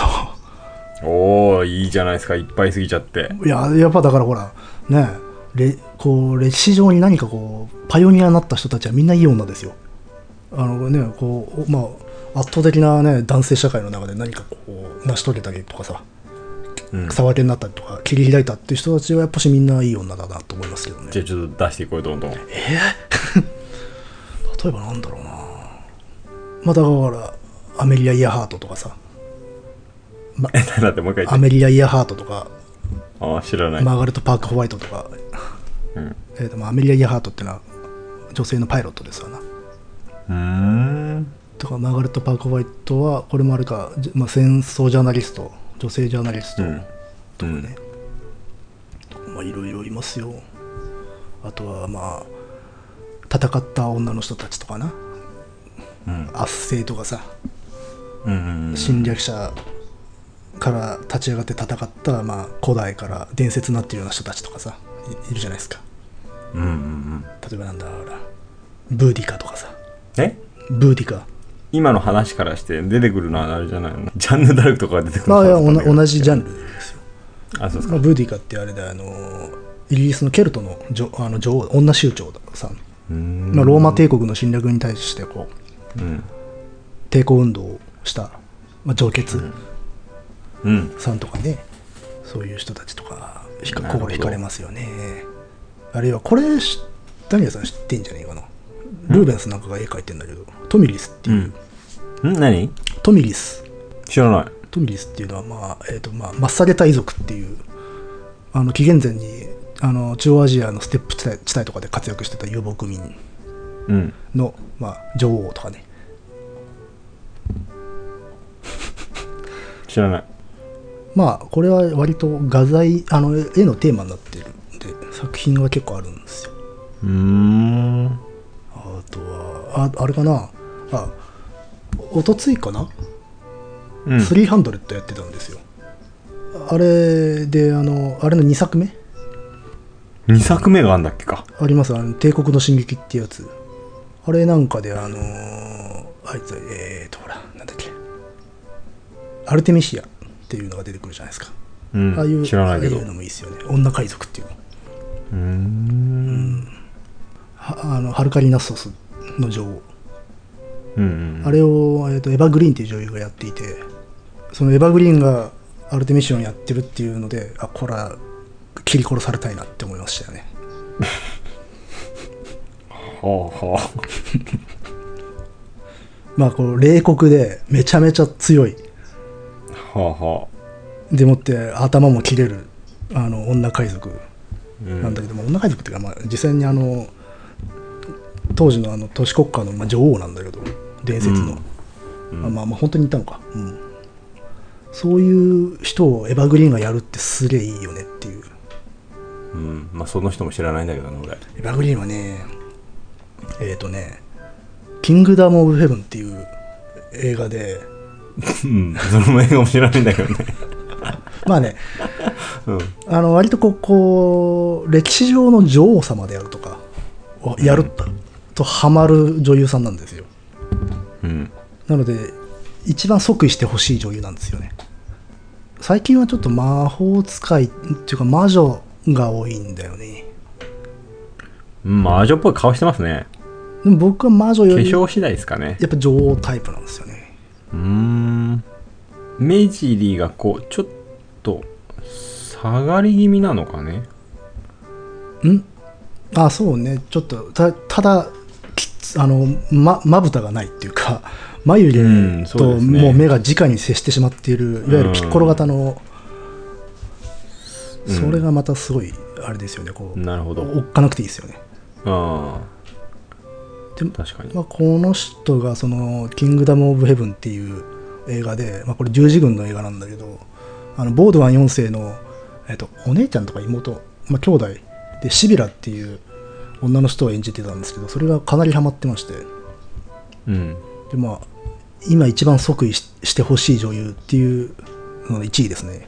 Speaker 1: おおいいじゃないですかいっぱい過ぎちゃって
Speaker 2: いや、やっぱだからほら、ねれこう歴史上に何かこうパイオニアになった人たちはみんないい女ですよ。あのね、こうまあ、圧倒的な、ね、男性社会の中で何かこう成し遂げたりとかさ、
Speaker 1: うん
Speaker 2: 草分けになったりとか切り開いたっていう人たちはやっぱしみんないい女だなと思いますけどね。
Speaker 1: じゃあちょっと出していこうよどんどん
Speaker 2: 例えばなんだろうな、まあ、だからアメリア・イヤハートとかさ、ま、
Speaker 1: だってもう一回
Speaker 2: ア
Speaker 1: 言って
Speaker 2: メリア・イヤハートとか
Speaker 1: ああ知らない、
Speaker 2: マーガレット・パーク・ホワイトとか、
Speaker 1: うん
Speaker 2: えーとまあアメリア・イヤハートってのは女性のパイロットですわな。
Speaker 1: うーん
Speaker 2: とかマーガレット・パーク・ホワイトはこれもあるか、じまあ、戦争ジャーナリスト女性ジャーナリスト
Speaker 1: うん
Speaker 2: とかね、まあいろいろいますよあとはまあ戦った女の人たちとかな、
Speaker 1: うん
Speaker 2: 圧政とかさ
Speaker 1: うんうん
Speaker 2: 侵略者から立ち上がって戦った、まあ、古代から伝説になってるような人たちとかさいいるじゃないですか
Speaker 1: うんうんうん
Speaker 2: 例えばなんだほらブーディカとかさ
Speaker 1: え
Speaker 2: ブーディカ
Speaker 1: 今の話からして出てくるのはあれじゃないのジャンヌ・ダルクとかが出てくる
Speaker 2: まあいや
Speaker 1: の
Speaker 2: おな同じジャ
Speaker 1: ン
Speaker 2: ンルですよ、
Speaker 1: あそうです
Speaker 2: ま
Speaker 1: か
Speaker 2: あ、ブーディカってあれであのイギリスのケルトの女あの女王女酋長さん、
Speaker 1: うーん
Speaker 2: まあ、ローマ帝国の侵略に対してこう
Speaker 1: うん
Speaker 2: 抵抗運動をした、まあ、上傑
Speaker 1: うん
Speaker 2: さんとかね、そういう人たちとかひか
Speaker 1: なるほど
Speaker 2: 心惹かれますよねあるいはこれしダニエルさん知ってんじゃねえかなルーベンスなんかが絵描いてんだけどトミリスって
Speaker 1: う
Speaker 2: いう、
Speaker 1: んん何
Speaker 2: トミリス
Speaker 1: 知らない
Speaker 2: トミリスっていうのは、まあえーとまあ、マッサゲタイ族っていうあの紀元前にあの中央アジアのステップ地帯地帯とかで活躍してた遊牧民
Speaker 1: うん
Speaker 2: の、まあ、女王とかね
Speaker 1: 知らない
Speaker 2: まあこれは割と画材あの絵のテーマになってるんで作品が結構あるんですよ
Speaker 1: うーん
Speaker 2: あとはああれかなあおとついかな、
Speaker 1: うん
Speaker 2: 300やってたんですよあれであのあれの2作目
Speaker 1: 2作目があんだっけか
Speaker 2: ありますあの帝国の進撃ってやつあれなんかであのーあいつえーとほらなんだっけアルテミシアっていうのが出てくるじゃないですか、
Speaker 1: う
Speaker 2: ああい
Speaker 1: ん
Speaker 2: う
Speaker 1: 知らないけど
Speaker 2: ああいうのもいいですよね女海賊っていうの
Speaker 1: うーん
Speaker 2: はあのハルカリナソスの女王
Speaker 1: うんうん
Speaker 2: あれを、えー、とエヴァ・グリーンっていう女優がやっていてそのエヴァ・グリーンがアルテミシオンやってるっていうのであこれは切り殺されたいなって思いましたよね
Speaker 1: はあはあ
Speaker 2: まあこの冷酷でめちゃめちゃ強い
Speaker 1: はあは
Speaker 2: でもって頭も切れるあの女海賊
Speaker 1: あ
Speaker 2: なんだけども、女海賊っていうか、まあ、実際にあの当時のあの都市国家の、まあ、女王なんだけど伝説の、
Speaker 1: うん
Speaker 2: あまあまあ本当にいたのか、うんそういう人をエヴァグリーンがやるってすげえいいよねっていう
Speaker 1: うんまあその人も知らないんだけどね俺
Speaker 2: エヴァグリーンはねえっ、ー、とね「キングダム・オブ・ヘブン」っていう映画で
Speaker 1: うんその映画も知らないんだけどね
Speaker 2: まあね
Speaker 1: うん
Speaker 2: あの割とこうこう歴史上の女王様であるとかをやるとハマる女優さんなんですよ
Speaker 1: うん
Speaker 2: なので一番即位してほしい女優なんですよね最近はちょっと魔法使いっていうか魔女が多いんだよね
Speaker 1: うん魔女っぽい顔してますね
Speaker 2: でも僕は魔女
Speaker 1: 化
Speaker 2: よりや
Speaker 1: 粧次第ですかね
Speaker 2: っぱ女王タイプなんですよね
Speaker 1: うーん目尻がこうちょっと下がり気味なのかね
Speaker 2: んあそうねちょっとたただきあのままぶたがないっていうか眉
Speaker 1: うん
Speaker 2: 毛
Speaker 1: そう
Speaker 2: と
Speaker 1: ですね
Speaker 2: もう目が直に接してしまっている、いわゆるピッコロ型の、
Speaker 1: うん
Speaker 2: それがまたすごいあれですよねこう、
Speaker 1: なるほど
Speaker 2: 追っかなくていいですよね
Speaker 1: ああ
Speaker 2: で
Speaker 1: 確かに
Speaker 2: まあ、この人がその「キングダム・オブ・ヘブン」っていう映画で、まあ、これ十字軍の映画なんだけどあのボードワン4世の、えっと、お姉ちゃんとか妹、まあ、兄弟でシビラっていう女の人を演じてたんですけどそれがかなりハマってまして
Speaker 1: うん
Speaker 2: で、まあ、今一番即位ししてほしい女優っていうのの1位ですね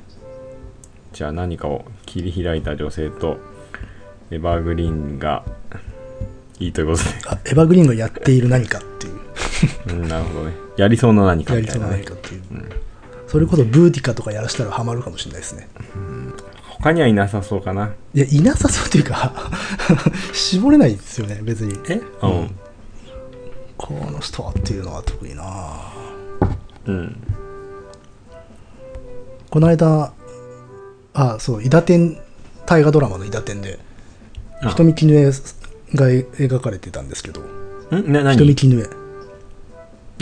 Speaker 1: じゃあ何かを切り開いた女性とエバーグリーンがいいというこ
Speaker 2: あエヴァ・グリーンがやっている何かっていう
Speaker 1: とで、うん、なるほどねやりそうな何か
Speaker 2: や
Speaker 1: み
Speaker 2: り
Speaker 1: た
Speaker 2: そう
Speaker 1: いな
Speaker 2: な
Speaker 1: ね
Speaker 2: 何かっていう、それこそブーティカとかやらしたらハマるかもしれないですね
Speaker 1: 他にはいなさそうかない
Speaker 2: や、いなさそうというか、 絞れないですよね、別に。
Speaker 1: えうん
Speaker 2: この人はっていうのは特にな
Speaker 1: うん
Speaker 2: この間、あ、そう、伊ダ天、大河ドラマの伊ダ天で、
Speaker 1: あ
Speaker 2: 瞳絹枝が描かれてたんですけど、
Speaker 1: んな何
Speaker 2: 瞳絹
Speaker 1: あ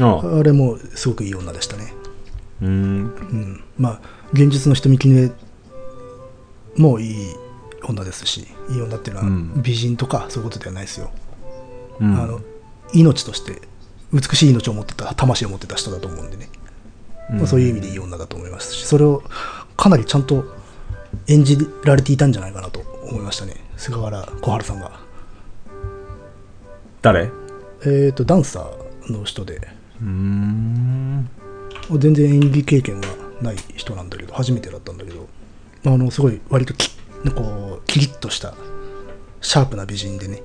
Speaker 1: あ
Speaker 2: 枝。あれもすごくいい女でしたね。
Speaker 1: うーん
Speaker 2: うん。まあ、現実の瞳絹枝もいい女ですし、いい女っていうのは
Speaker 1: うん
Speaker 2: 美人とかそういうことではないですよ。
Speaker 1: うん
Speaker 2: あの命として美しい命を持ってた魂を持ってた人だと思うんでね、まあ、そういう意味でいい女だと思いますしそれをかなりちゃんと演じられていたんじゃないかなと思いましたね菅原小春さんが
Speaker 1: 誰う
Speaker 2: えっ、とダンサーの人で
Speaker 1: ーん
Speaker 2: 全然演技経験がない人なんだけど初めてだったんだけどあのすごい割ときこうキリッとしたシャープな美人でね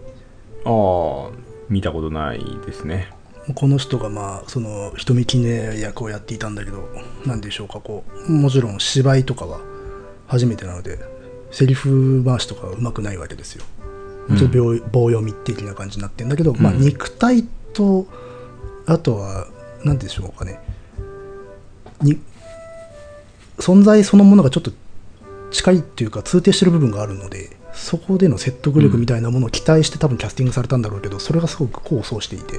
Speaker 1: ああ見たことないですね
Speaker 2: この人がまあその人見きね役をやっていたんだけど何でしょうかこうもちろん芝居とかは初めてなのでセリフ回しとかうまくないわけですよちょっと秒棒読み的な感じになってんだけど、まあ、
Speaker 1: うん
Speaker 2: 肉体とあとは何でしょうかねに存在そのものがちょっと近いっていうか通底してる部分があるのでそこでの説得力みたいなものを期待して多分キャスティングされたんだろうけどそれがすごく功を奏していて、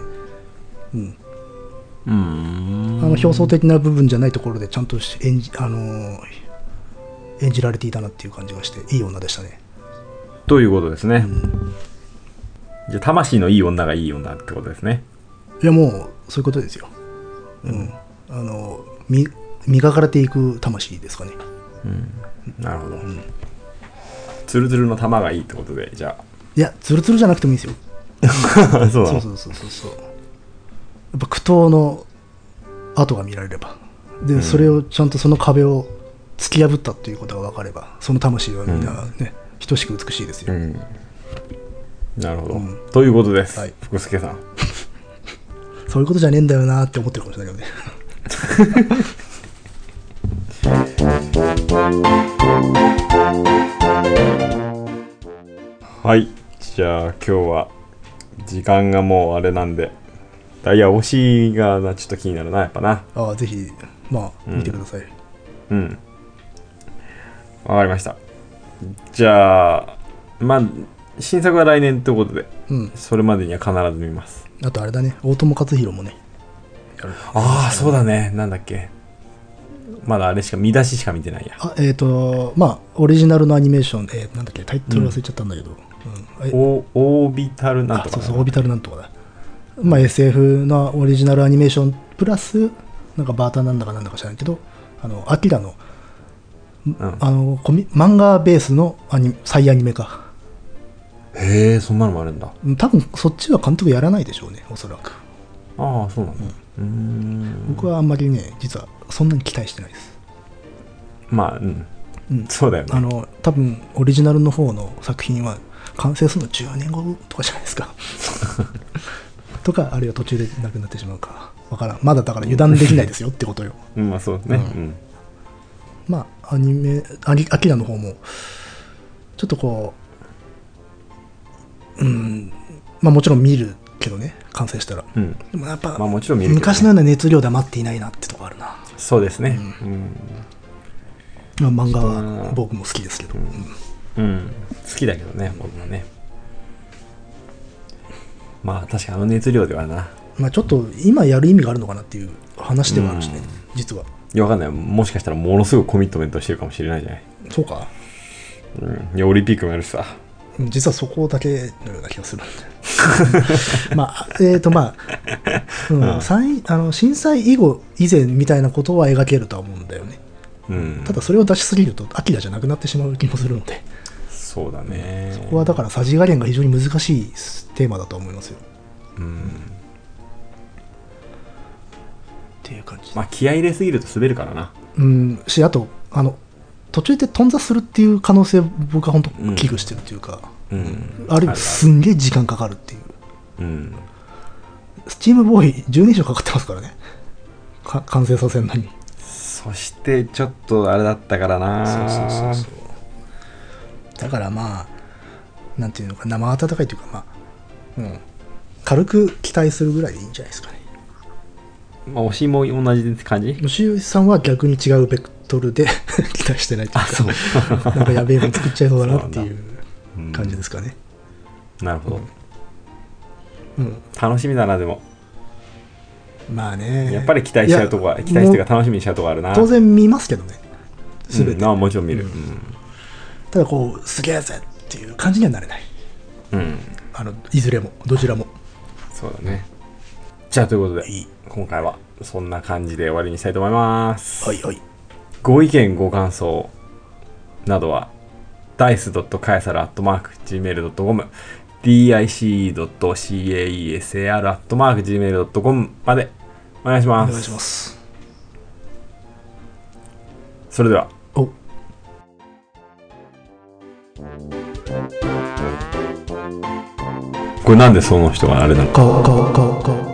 Speaker 2: うん、
Speaker 1: うーん
Speaker 2: あの表層的な部分じゃないところでちゃんとし演じ,、あのー演じられていたなっていう感じがしていい女でしたね
Speaker 1: ということですね、じゃあ魂のいい女がいい女ってことですね
Speaker 2: いやもうそういうことですよ、うん、あのみ磨かれていく魂ですかね
Speaker 1: なるほど、ツルツルの玉がいいってことでじゃ
Speaker 2: いやツルツルじゃなくてもいいですよ
Speaker 1: あ そうな
Speaker 2: そ
Speaker 1: の
Speaker 2: うそうそうそうそうやっぱ苦闘の跡が見られればで、それをちゃんとその壁を突き破ったっていうことが分かればその魂はみんなね、等しく美しいですよ、
Speaker 1: うんなるほど、ということです、
Speaker 2: はい
Speaker 1: 福助さん
Speaker 2: そういうことじゃねえんだよなって思ってるかもしれないけどね
Speaker 1: はいじゃあ今日は時間がもうあれなんでダイヤ推しがなちょっと気になるなやっぱな
Speaker 2: ああぜひまあ見てください、
Speaker 1: うんわかりましたじゃあまあ新作は来年ということで
Speaker 2: うん
Speaker 1: それまでには必ず見ます
Speaker 2: あとあれだね大友克洋もねやる
Speaker 1: ああそうだねなんだっけまだあれしか見出ししか見てないや
Speaker 2: あえっ、とまあオリジナルのアニメーション、えーなんだっけタイトル忘れちゃったんだけど、うんえ
Speaker 1: おオービタルなん
Speaker 2: あ
Speaker 1: とか
Speaker 2: そう
Speaker 1: だ
Speaker 2: そうオービタルなんとかだ、まあ、SF のオリジナルアニメーションプラスなんかバーターなんだかなんだか知らないけどあのアキラの
Speaker 1: うん、
Speaker 2: あのコミ漫画ベースのアニ再アニメか
Speaker 1: へえそんなのもあるんだ
Speaker 2: うん多分そっちは監督やらないでしょうねおそらく
Speaker 1: ああそうなんだうーん
Speaker 2: 僕はあんまりね実はそんなに期待してないです
Speaker 1: まあうん、
Speaker 2: うん
Speaker 1: そうだよ
Speaker 2: あ
Speaker 1: ね
Speaker 2: の多分オリジナルの方の作品は完成するの10年後とかじゃないで すかとかあるいは途中でなくなってしまうかわからんまだだから油断できないですよってことよ
Speaker 1: うんまあそうねうん、
Speaker 2: まあアニメアリアキラの方もちょっとこううんまあもちろん見るけどね完成したら
Speaker 1: うん
Speaker 2: でもやっぱ、
Speaker 1: まあもちろん見るけどね
Speaker 2: 昔のような熱量では待っていないなってとこあるな、
Speaker 1: そうですね
Speaker 2: まあ、漫画は僕も好きですけど、うん
Speaker 1: うん、うん、好きだけどね僕もねまあ確かにあの熱量ではな
Speaker 2: まあ、ちょっと今やる意味があるのかなっていう話ではあるし
Speaker 1: う
Speaker 2: ね、
Speaker 1: ん
Speaker 2: 実はい
Speaker 1: やわかんないもしかしたらものすごいコミットメントしてるかもしれないじゃない、
Speaker 2: そうか
Speaker 1: うん、いやオリンピックもやるしさ
Speaker 2: うん実はそこだけのような気がする んでまあえっ、とまあ,、うん災あの震災以後以前みたいなことは描けるとは思うんだよね
Speaker 1: うん
Speaker 2: ただそれを出しすぎるとアキラじゃなくなってしまう気もするので
Speaker 1: そうだね
Speaker 2: ここはだからさじ加減が非常に難しいテーマだと思いますよ
Speaker 1: うん
Speaker 2: っていう感じ
Speaker 1: まあ気合い入れすぎると滑るからな
Speaker 2: うんしあとあの途中で頓挫するっていう可能性僕は本当危惧してるというか、
Speaker 1: うん
Speaker 2: あるいはすんげえ時間かかるっていう
Speaker 1: うん
Speaker 2: スチームボーイ10年以上かかってますからねか完成させるのに
Speaker 1: そしてちょっとあれだったからな
Speaker 2: うだからまあなんていうのか生温かいというかまあうん軽く期待するぐらいでいいんじゃないですかね
Speaker 1: まあ推しも同じ感じ
Speaker 2: 吉井さんは逆に違うベクトルで 期待してないというかなんかやべえもん作っちゃいそうだなっていう
Speaker 1: うん
Speaker 2: 感じですかね
Speaker 1: なるほど
Speaker 2: うん
Speaker 1: 楽しみだなでも
Speaker 2: まあね
Speaker 1: やっぱり期待しちゃうとこは期待して
Speaker 2: い
Speaker 1: か
Speaker 2: やも
Speaker 1: 楽しみにしちゃうとこあるな
Speaker 2: う当然見ますけどね全て、
Speaker 1: うんまあもちろん見る
Speaker 2: ただこうすげえぜっていう感じにはなれない
Speaker 1: うん、うん
Speaker 2: あのいずれもどちらも
Speaker 1: そうだねじゃあということで
Speaker 2: いい
Speaker 1: 今回はそんな感じで終わりにしたいと思います
Speaker 2: はいはい
Speaker 1: ご意見ご感想などは dice.caesar.gmail.com dice.caesar.gmail.com までお願いし
Speaker 2: お
Speaker 1: ます
Speaker 2: 願いします
Speaker 1: それでは
Speaker 2: お
Speaker 1: これなんでその人があれなのか
Speaker 2: 顔顔顔顔